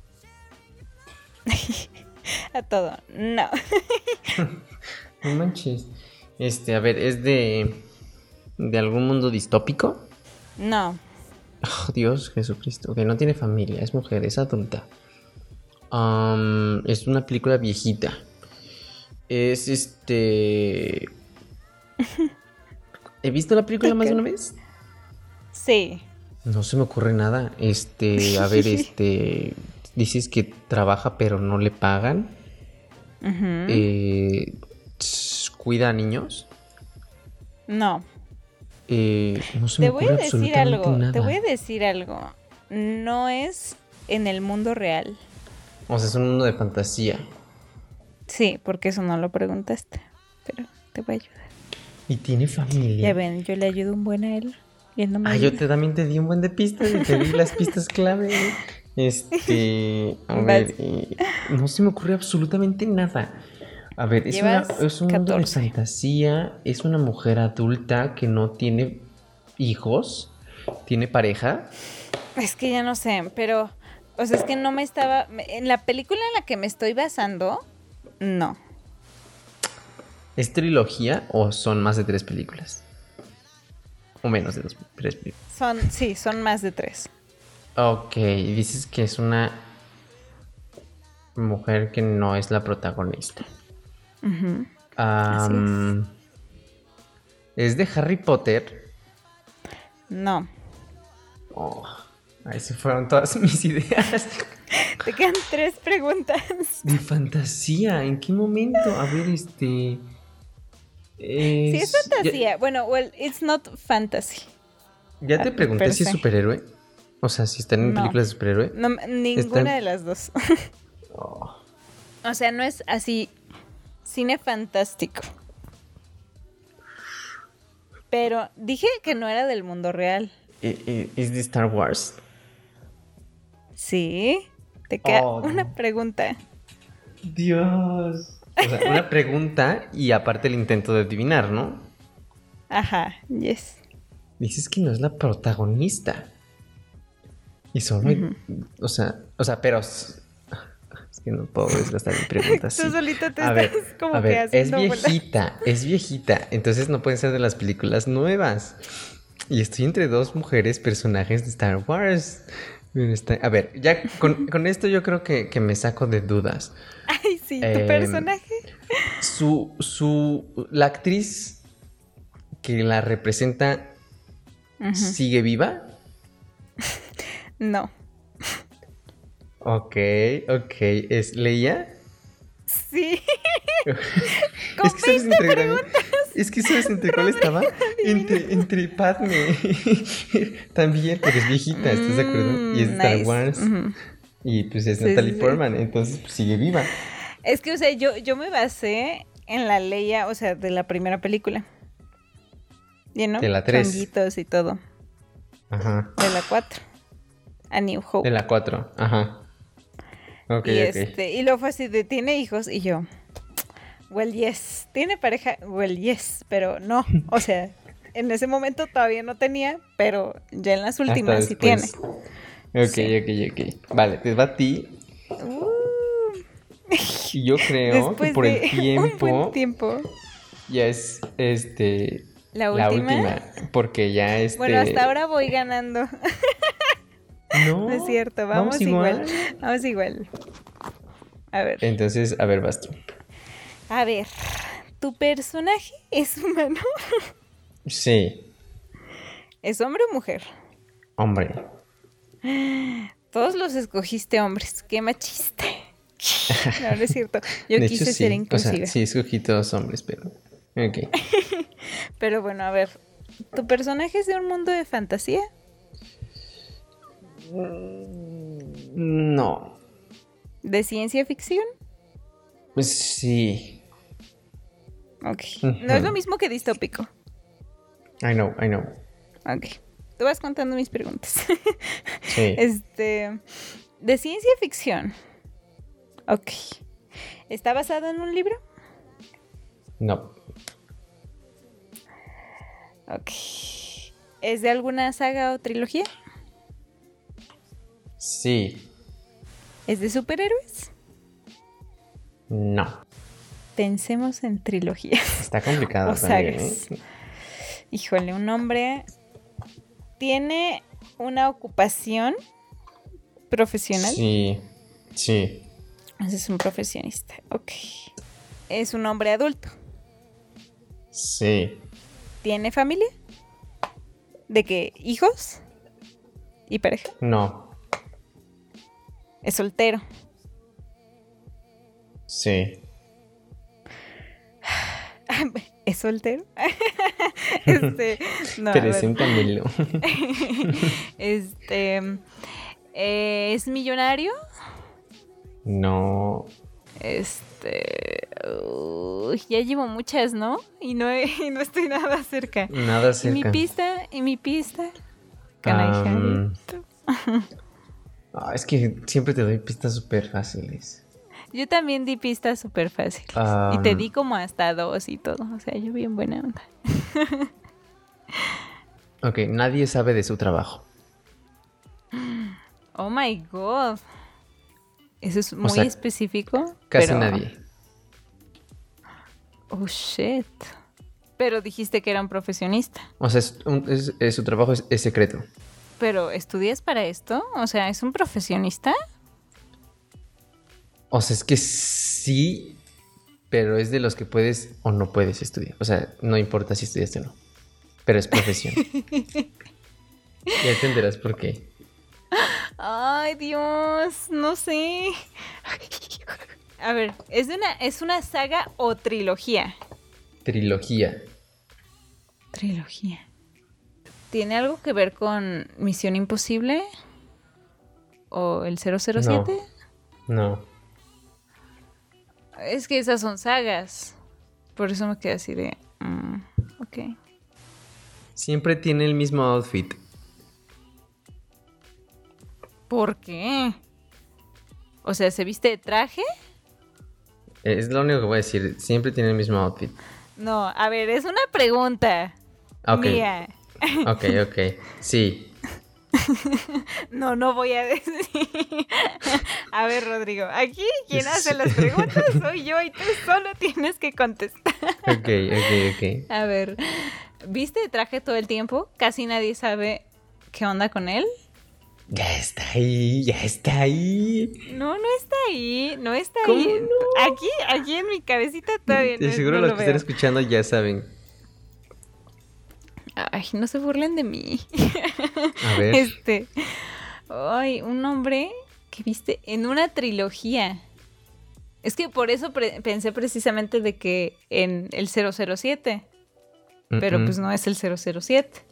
C: A todo, no.
B: No manches. Este, a ver, ¿es de. de algún mundo distópico?
C: No,
B: Oh, Dios, Jesucristo. Ok, no tiene familia, es mujer, es adulta. Am, es una película viejita. Es este. ¿He visto la película más de una vez?
C: sí.
B: No se me ocurre nada. Este, a ver, este. Dices que trabaja pero no le pagan.
C: Ujú.
B: Eh, tss, cuida a niños.
C: No.
B: Eh, no se
C: Te
B: me
C: voy
B: ocurre
C: a decir
B: absolutamente
C: algo.
B: nada.
C: Te voy a decir algo. No es en el mundo real.
B: O sea, es un mundo de fantasía.
C: Sí, porque eso no lo preguntaste. Pero te voy a ayudar.
B: Y tiene familia.
C: Ya ven, yo le ayudo un buen a él. Y él no me
B: Ah, yo
C: ayuda.
B: te, también te di un buen de pistas y te di las pistas clave. Este. A
C: Vas.
B: ver, eh, no se me ocurre absolutamente nada. A ver, es, una,
C: Llevas
B: es un mundo de
C: 14.
B: fantasía. Es una mujer adulta que no tiene hijos, tiene pareja.
C: Es que ya no sé, pero. O sea, es que no me estaba. me- En la película en la que me estoy basando, no.
B: ¿Es trilogía o son más de tres películas? O menos de dos, tres películas.
C: Son, sí, son más de tres.
B: Ok, dices que es una mujer que no es la protagonista.
C: Ujú. es.
B: Am, es. de Harry Potter.
C: No.
B: Oh, ahí se fueron todas mis ideas.
C: Te quedan tres preguntas.
B: De fantasía, ¿en qué momento? A ver, este.
C: Sí, es
B: ya-
C: fantasía. Bueno, well, it's not fantasy.
B: Ya, te pregunté
C: per
B: si es
C: se.
B: superhéroe. O sea, si están en
C: No.
B: películas de superhéroe.
C: No, ninguna
B: Están-
C: de las dos.
B: Oh,
C: o sea, no es así cine fantástico. Pero dije que no era del mundo real.
B: eh, eh, es de Star Wars.
C: Sí. Te queda
B: Oh, no.
C: una pregunta.
B: Dios. O sea, una pregunta y aparte el intento de adivinar, ¿no?
C: Ajá, yes.
B: Dices que no es la protagonista. Y solo hay- O sea, o sea, pero. s- Es que no puedo desgastar mi pregunta así.
C: Tú solito te
B: A ver,
C: estás como
B: a
C: que
B: ver, es
C: haciendo bola.
B: viejita, es viejita. Entonces no pueden ser de las películas nuevas. Y estoy entre dos mujeres personajes de Star Wars. Mira, está- A ver, ya con, con esto yo creo que, que me saco de dudas.
C: Ay, sí, tu
B: Em,
C: personaje.
B: Su, su, la actriz que la representa
C: Ujú.
B: sigue viva.
C: No.
B: Ok, ok. ¿Es Leia?
C: Sí.
B: es que sabes entre Es que sabes entre cuál estaba. Entre, entre Padme. También, porque es viejita, ¿estás de acuerdo? Y es de
C: Mm,
B: Star
C: nice.
B: Wars.
C: Ujú.
B: Y pues es
C: Sí,
B: Natalie
C: sí, sí.
B: Portman, entonces pues, sigue viva.
C: Es que, o sea, yo, yo me basé en la Leia, o sea, de la primera película. ¿Ya no?
B: De la tres.
C: Changuitos y todo.
B: Ajá.
C: De la 4. A New Hope.
B: De la 4. Ajá. Ok,
C: y,
B: ok.
C: este, y luego fue así de, ¿tiene hijos? Y yo, well, yes. ¿Tiene pareja? Well, yes. Pero no, o sea, en ese momento todavía no tenía, pero ya en las
B: Hasta
C: últimas sí tiene.
B: Ah, después. Ok,
C: Sí.
B: ok, ok. Vale, te va a ti.
C: Uh,
B: Y yo creo
C: después
B: que por
C: de
B: el
C: un
B: tiempo,
C: buen tiempo.
B: ya es este
C: La
B: la
C: última.
B: última. Porque ya este.
C: Bueno, hasta ahora voy ganando.
B: No,
C: No
B: Ah,
C: es cierto, vamos, igual. Vamos igual. A ver.
B: Entonces, a ver, vas tú.
C: A ver. ¿Tu personaje es humano?
B: Sí,
C: ¿Es hombre o mujer?
B: hombre.
C: Todos los escogiste hombres. Qué machista. No, no es cierto. Yo
B: de
C: quise
B: hecho,
C: ser
B: sí.
C: inclusiva.
B: O sea, sí, escogí todos hombres, pero. Ok.
C: Pero bueno, a ver. ¿Tu personaje es de un mundo de fantasía?
B: No.
C: ¿De ciencia ficción?
B: Pues sí.
C: Ok. No es lo
B: Ujú.
C: mismo que distópico.
B: I know, I know.
C: Ok. Tú vas contando mis preguntas.
B: Sí.
C: Este. De ciencia ficción. Ok. ¿Está basado en un libro?
B: No.
C: Ok. ¿Es de alguna saga o trilogía?
B: Sí.
C: ¿Es de superhéroes?
B: No.
C: Pensemos en trilogías.
B: Está complicado
C: O
B: también,
C: sagas.
B: ¿eh?
C: Híjole, un hombre tiene una ocupación profesional.
B: Sí. Sí.
C: Es un profesionista. Ok. Es un hombre adulto.
B: Sí.
C: ¿Tiene familia? ¿De qué? ¿Hijos? ¿Y pareja?
B: No.
C: Es soltero.
B: Sí.
C: ¿Es soltero? este, no, a ver.
B: Preséntamelo.
C: este, eh, ¿Es millonario?
B: No.
C: Este. uy, ya llevo muchas, ¿no? Y no, he- y no estoy nada cerca.
B: Nada
C: Y mi
B: cerca. mm.
C: pista, y mi pista. Can I have
B: Am.
C: it?
B: Ah, es que siempre te doy pistas súper fáciles.
C: Yo también di pistas súper fáciles. y te
B: Am.
C: di como hasta dos y todo. O sea, yo bien buena onda.
B: Ok, nadie sabe de su trabajo.
C: Oh my god. Eso es muy
B: sea,
C: específico.
B: Casi
C: pero-
B: nadie.
C: Oh shit. Pero dijiste que era un profesionista.
B: O sea, es un- es- es- su trabajo es, es secreto.
C: Pero, ¿estudias para esto? O sea, ¿es un profesionista?
B: O sea, es que sí, pero es de los que puedes o no puedes estudiar. O sea, no importa si estudiaste o no. Pero es profesión. ya entenderás por qué.
C: Ay, Dios, no sé. A ver, es de una, es una saga o trilogía.
B: Trilogía.
C: Trilogía. ¿Tiene algo que ver con Misión Imposible? ¿O el 007?
B: No.
C: Es que esas son sagas. Por eso me quedé así de... mm, ok.
B: Siempre tiene el mismo outfit.
C: ¿Por qué? O sea, ¿se viste de traje?
B: Es lo único que voy a decir. Siempre tiene el mismo outfit.
C: No, a ver, es una pregunta.
B: Ah, Ok.
C: Mía.
B: Ok, ok. Sí.
C: No, no voy a decir. A ver, Rodrigo, aquí quien hace
B: Sí.
C: las preguntas soy yo y tú solo tienes que contestar.
B: Ok, ok, ok.
C: A ver, ¿viste de traje todo el tiempo? Casi nadie sabe qué onda con él.
B: Ya está ahí, ya está ahí.
C: No, no está ahí, no está
B: ¿Cómo
C: ahí. Aquí, aquí en mi cabecita todavía.
B: De
C: no-
B: seguro
C: no
B: los
C: lo
B: que están
C: veo.
B: escuchando ya saben.
C: Ay, no se burlen de mí.
B: A ver.
C: Este. Ay, un hombre que viste en una trilogía. Es que por eso pre- pensé precisamente de que en el 007, pero
B: Mm, mm.
C: pues no es el 007.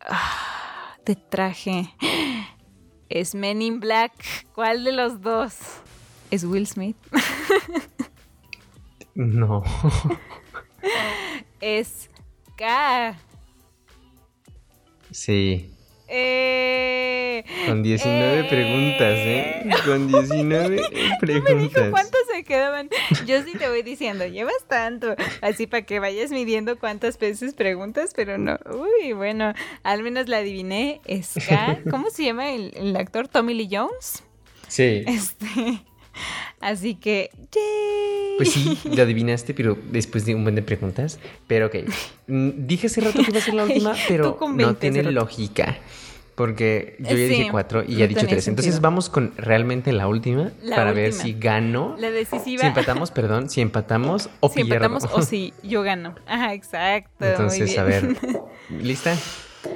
C: Ah, te traje. Es Men in Black. ¿Cuál de los dos? Es Will Smith.
B: No.
C: Es K.
B: sí.
C: Eh,
B: Con 19
C: eh.
B: preguntas, ¿eh? Con 19 preguntas.
C: No me dijo cuántas se quedaban. Yo sí te voy diciendo, llevas tanto. Así para que vayas midiendo cuántas veces preguntas, pero no. Uy, bueno, al menos la adiviné. Es K. ¿Cómo se llama el, el actor? Tommy Lee Jones.
B: Sí.
C: Este. Así que. ¡yay!
B: Pues sí, lo adivinaste, pero después de un buen de preguntas. Pero ok. Mm, Dije hace rato que iba a ser la última, pero
C: con
B: no
C: 20 hace
B: tiene
C: rato. Eh,
B: lógica. Porque yo ya dije
C: Sí,
B: cuatro y
C: no
B: ya he dicho
C: tenía
B: tres. Entonces
C: sentido.
B: vamos con realmente la última
C: La
B: para ver
C: última.
B: si gano.
C: La decisiva.
B: Si empatamos, perdón, si empatamos o
C: si empatamos
B: pierdo.
C: o si yo gano. Ajá, exacto. muy
B: Entonces, a ver.
C: bien.
B: ¿Lista?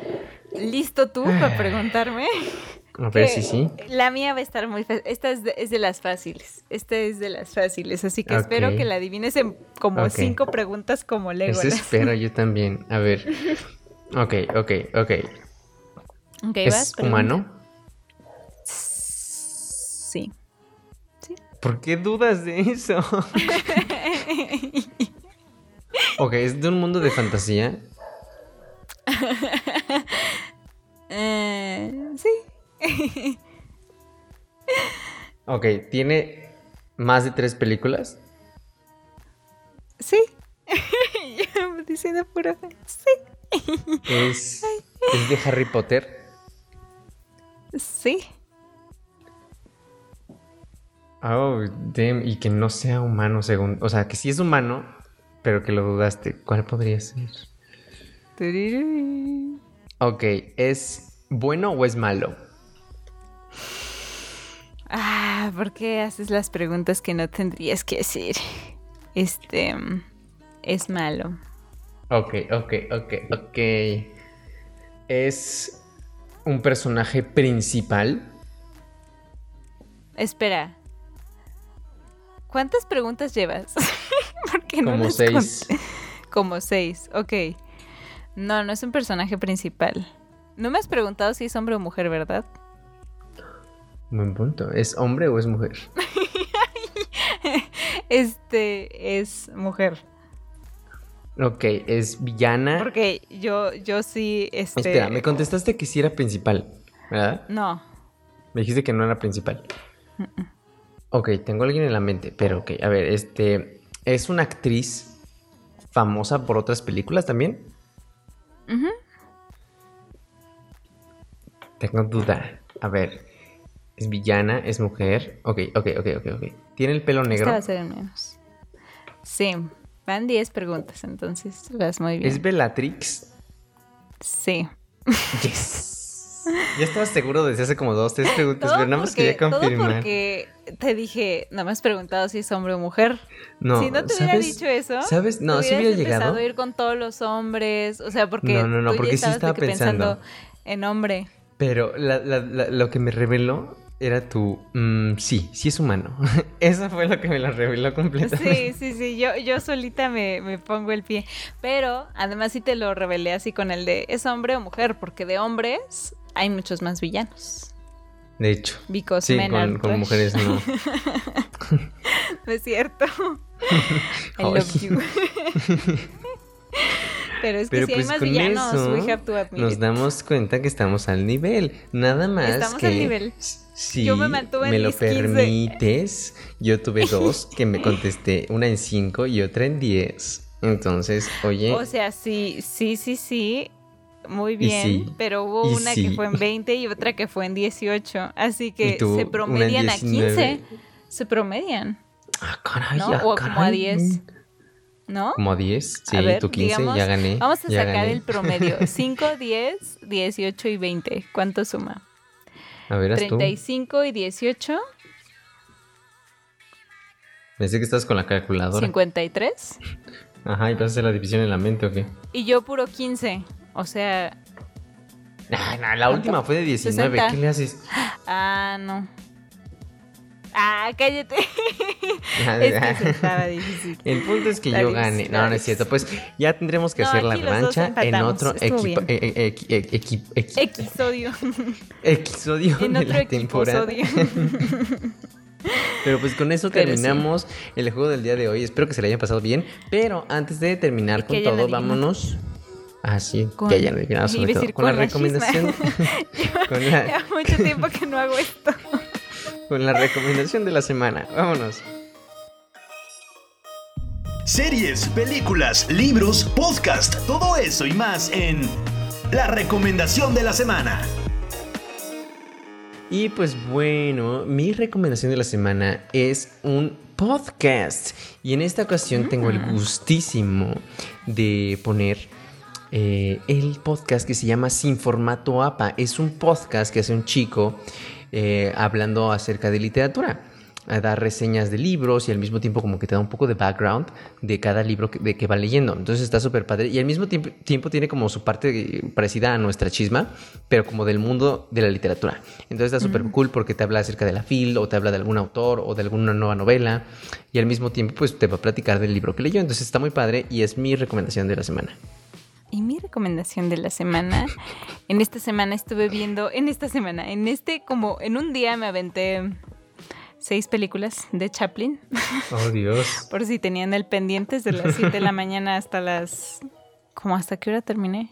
C: ¿Listo tú
B: Ah.
C: para preguntarme?
B: A ver
C: Que
B: si sí.
C: La mía va a estar muy fácil. Esta es de, es de las fáciles. Esta es de las fáciles. Así que espero
B: Ok.
C: que la adivines en como
B: Ok. Pues
C: cinco preguntas como
B: Eso
C: Legolas.
B: espero yo también. A ver. Ok, ok, ok.
C: Ok, vas,
B: ¿Es
C: pregunta.
B: humano?
C: Sí.
B: ¿Por qué dudas de eso? ok, es de un mundo de fantasía.
C: Eh, sí.
B: Ok, tiene más de tres películas.
C: sí. Yo diciendo puro. Sí.
B: Es, es de Harry Potter.
C: Sí.
B: Oh, damn. Y que no sea humano, según. O sea, que sí es humano, pero que lo dudaste. ¿Cuál podría ser?
C: Tururú.
B: Ok, ¿es bueno o es malo?
C: Ah, ¿por qué haces las preguntas que no tendrías que decir? Este mm, es malo.
B: Ok, ok, ok, ok. ¿Es un personaje principal?
C: Espera. ¿Cuántas preguntas llevas? Porque
B: Como
C: las
B: seis.
C: conté. Como seis, ok. No, no es un personaje principal. No me has preguntado si es hombre o mujer, ¿verdad?
B: Buen punto. ¿Es hombre o es mujer?
C: Este es mujer.
B: Ok, ¿es villana?
C: Porque yo, yo sí, este.
B: Espera, me contestaste que sí era principal, ¿verdad?
C: No.
B: Me dijiste que no era principal. Ok, tengo a alguien en la mente, pero ok, a ver, este. ¿Es una actriz famosa por otras películas también?
C: Ujú.
B: Tengo duda. A ver, ¿es villana? ¿Es mujer? Ok, ok, ok, ok, ok. ¿Tiene el pelo
C: Esta
B: negro?
C: este va a ser el menos. Sí. Van 10 preguntas, entonces vas muy bien.
B: ¿Es Bellatrix?
C: Sí.
B: Yes. Ya estaba seguro desde hace como dos, tres preguntas,
C: Todo
B: Pues, pero nada más
C: porque-
B: quería confirmar.
C: Todo porque te dije, no me has preguntado si es hombre o mujer.
B: No,
C: si no te hubiera
B: ¿sabes?
C: dicho eso,
B: ¿Sabes? No,
C: te
B: si hubiera
C: hubieras
B: llegado.
C: empezado a ir con todos los hombres, o sea, porque
B: No, no, no,
C: tú ya
B: porque sí
C: estabas de
B: estaba
C: que
B: pensando.
C: en hombre.
B: Pero la- la- la- lo que me reveló era tu... mm, sí, sí es humano. Eso fue lo que me lo reveló completamente.
C: Sí, sí, sí, yo, yo solita me, me pongo el pie. Pero además sí te lo revelé así con el de es hombre o mujer, porque de hombres hay muchos más villanos.
B: De hecho.
C: Because
B: Sí,
C: men
B: con,
C: are
B: con
C: trash.
B: mujeres no.
C: No es cierto. I
B: Ay.
C: love you. Pero es que
B: Pero
C: si
B: pues
C: hay más
B: con
C: villanos,
B: eso
C: we have to admit
B: nos
C: it.
B: damos cuenta que estamos al nivel. Nada más
C: Estamos
B: que
C: al nivel.
B: s- Si
C: Yo me mantuve en
B: me lo
C: mis 15.
B: permites, yo tuve dos que me contesté, una en cinco y otra en diez. Entonces, oye,
C: O sea, sí, sí, sí, sí. Muy
B: Y
C: bien.
B: sí,
C: Pero hubo
B: y
C: una
B: sí.
C: que fue en 20 y otra que fue en 18. Así
B: Y
C: que
B: tú,
C: se
B: una en
C: promedian a
B: 19.
C: 15. Se promedian,
B: ah, caray,
C: ¿no?
B: ah,
C: O como a
B: caray.
C: 10. ¿no?
B: Como a 10, Mm, sí,
C: A ver,
B: tú 15,
C: digamos,
B: ya gané.
C: Vamos a
B: ya
C: sacar
B: gané.
C: el promedio. 5, 10, 18 y 20. ¿Cuánto suma?
B: A ver, haz tú.
C: 35 y 18,
B: Pensé que estabas con la calculadora.
C: 53.
B: Ajá, y vas a hacer la división en la mente, ¿o qué?
C: Y yo puro 15. O sea,
B: Ah, no, la última fue de 19,
C: 60.
B: ¿qué le haces?
C: ah, no. Ah, cállate. es que se estaba difícil.
B: El punto es que
C: La
B: yo
C: dis-
B: gane.
C: la
B: No, no es
C: dis-
B: cierto. Pues ya tendremos que
C: No,
B: hacer la
C: aquí los dos
B: revancha en
C: empatamos.
B: otro
C: Estuvo
B: equipo,
C: bien.
B: eh, eh, equi- eh, equi- equi-
C: Episodio.
B: episodio
C: En
B: de
C: otro
B: la temporada.
C: episodio.
B: Pero pues con eso
C: Pero
B: terminamos el juego del día de hoy. Espero que se le hayan pasado bien. Pero antes de terminar
C: que
B: con
C: hayan
B: todo,
C: adivinado.
B: vámonos. Así
C: Con-
B: que hayan adivinado
C: iba a
B: sobre todo.
C: decir
B: Con la
C: con la chisma.
B: recomendación. con, la,
C: Ya mucho tiempo que no hago esto.
B: con la recomendación de la semana. Vámonos.
A: Series, películas, libros, podcast, todo eso y más en La Recomendación de la Semana.
B: Y pues bueno, mi recomendación de la semana es un podcast. Y en esta ocasión tengo el gustísimo de poner eh, el podcast que se llama Sin Formato APA. Es un podcast que hace un chico eh, hablando acerca de literatura. Eh, Da reseñas de libros y al mismo tiempo como que te da un poco de background de cada libro que, de que va leyendo. Entonces está súper padre. Y al mismo tiempo, tiempo tiene como su parte parecida a nuestra chisma, pero como del mundo de la literatura. Entonces está súper cool porque te habla acerca de la fil o te habla de algún autor o de alguna nueva novela. Y al mismo tiempo pues te va a platicar del libro que leyó. Entonces está muy padre y es mi recomendación de la semana.
C: Y mi recomendación de la semana, en esta semana estuve viendo, en esta semana, en este como, en un día me aventé seis películas de Chaplin,
B: Oh Dios.
C: por si tenían el pendiente, desde las 7 de la mañana hasta las, como hasta qué hora terminé.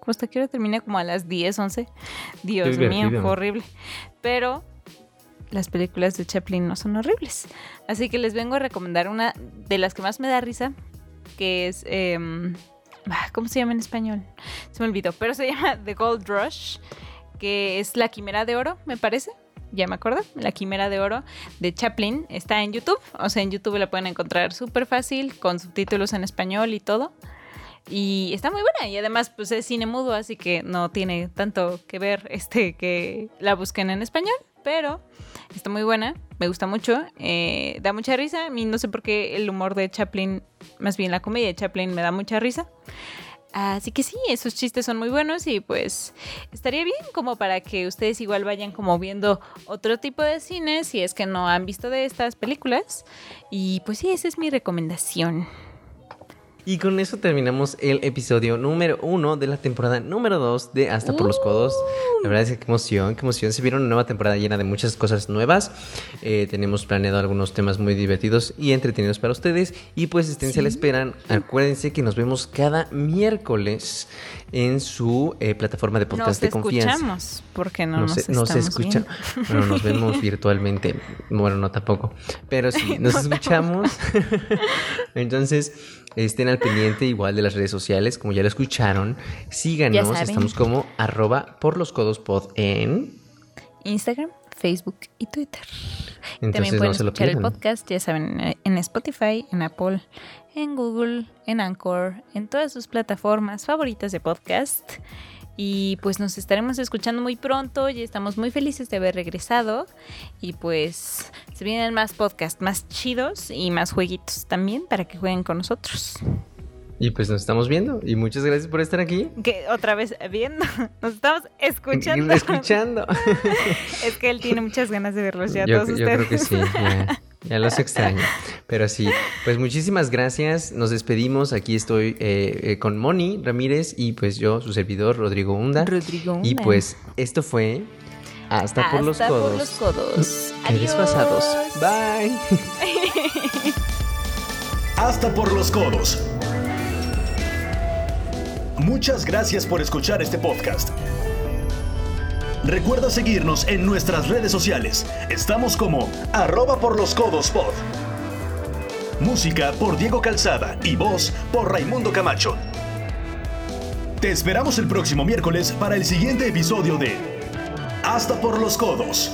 C: Como hasta qué hora terminé, como a las 10, 11. Dios mío,
B: divertido.
C: fue horrible. Pero las películas de Chaplin no son horribles. Así que les vengo a recomendar una de las que más me da risa, que es... em, ah, ¿Cómo se llama en español? Se me olvidó, pero se llama The Gold Rush, que es La Quimera de Oro, me parece. Ya me acuerdo, La Quimera de Oro de Chaplin está en YouTube, o sea, en YouTube la pueden encontrar súper fácil, con subtítulos en español y todo. Y está muy buena, y además pues es cine mudo, así que no tiene tanto que ver este que la busquen en español, pero está muy buena, me gusta mucho, eh, da mucha risa, a mí no sé por qué el humor de Chaplin, más bien la comedia de Chaplin me da mucha risa. Así que sí, esos chistes son muy buenos y pues estaría bien como para que ustedes igual vayan como viendo otro tipo de cine si es que no han visto de estas películas. Y pues sí, esa es mi recomendación.
B: Y con eso terminamos el episodio número uno de la temporada número dos de Hasta por los Codos.
C: Uh.
B: La verdad es que qué emoción, qué emoción. Se vieron una nueva temporada llena de muchas cosas nuevas. Eh, tenemos planeado algunos temas muy divertidos y entretenidos para ustedes. Y pues estén se la esperan. Acuérdense que nos vemos cada miércoles en su eh, plataforma de podcast
C: Nos
B: de confianza.
C: escuchamos, porque no,
B: No
C: nos
B: se, no se
C: estamos
B: escucha.
C: viendo.
B: Bueno, nos vemos virtualmente. Bueno, no tampoco. Pero sí, nos
C: No,
B: escuchamos. Entonces, estén al pendiente igual de las redes sociales, como ya lo escucharon.
C: Ya
B: Síganos,
C: saben.
B: estamos como arroba por los codos pod en.
C: Instagram, Facebook y Twitter. También
B: Entonces
C: pueden
B: no se lo
C: escuchar el
B: pierdan.
C: podcast, ya saben, eh, en Spotify, en Apple, en Google, en Anchor, en todas sus plataformas favoritas de podcast. Y pues nos estaremos escuchando muy pronto y estamos muy felices de haber regresado. Y pues se vienen más podcasts, más chidos y más jueguitos también para que jueguen con nosotros.
B: Y pues nos estamos viendo. Y muchas gracias por estar aquí.
C: Que otra vez viendo, nos estamos escuchando.
B: Escuchando.
C: Es que él tiene muchas ganas de verlos Pues ya
B: yo,
C: todos
B: yo
C: ustedes.
B: creo que sí, ya, ya los extraño. Pero sí, pues muchísimas gracias, nos despedimos, aquí estoy eh, eh, con Moni Ramírez y pues yo, su servidor, Rodrigo Hunda.
C: Rodrigo
B: Y
C: Una.
B: pues esto fue Hasta, por los
C: Hasta
B: codos.
C: por los codos.
B: Qué desfasados.
C: Adiós.
B: Bye.
A: Hasta por los codos. Muchas gracias por escuchar este podcast. Recuerda seguirnos en nuestras redes sociales. Estamos como arroba por los codos pod. Música por Diego Calzada y voz por Raimundo Camacho. Te esperamos el próximo miércoles para el siguiente episodio de Hasta por los codos.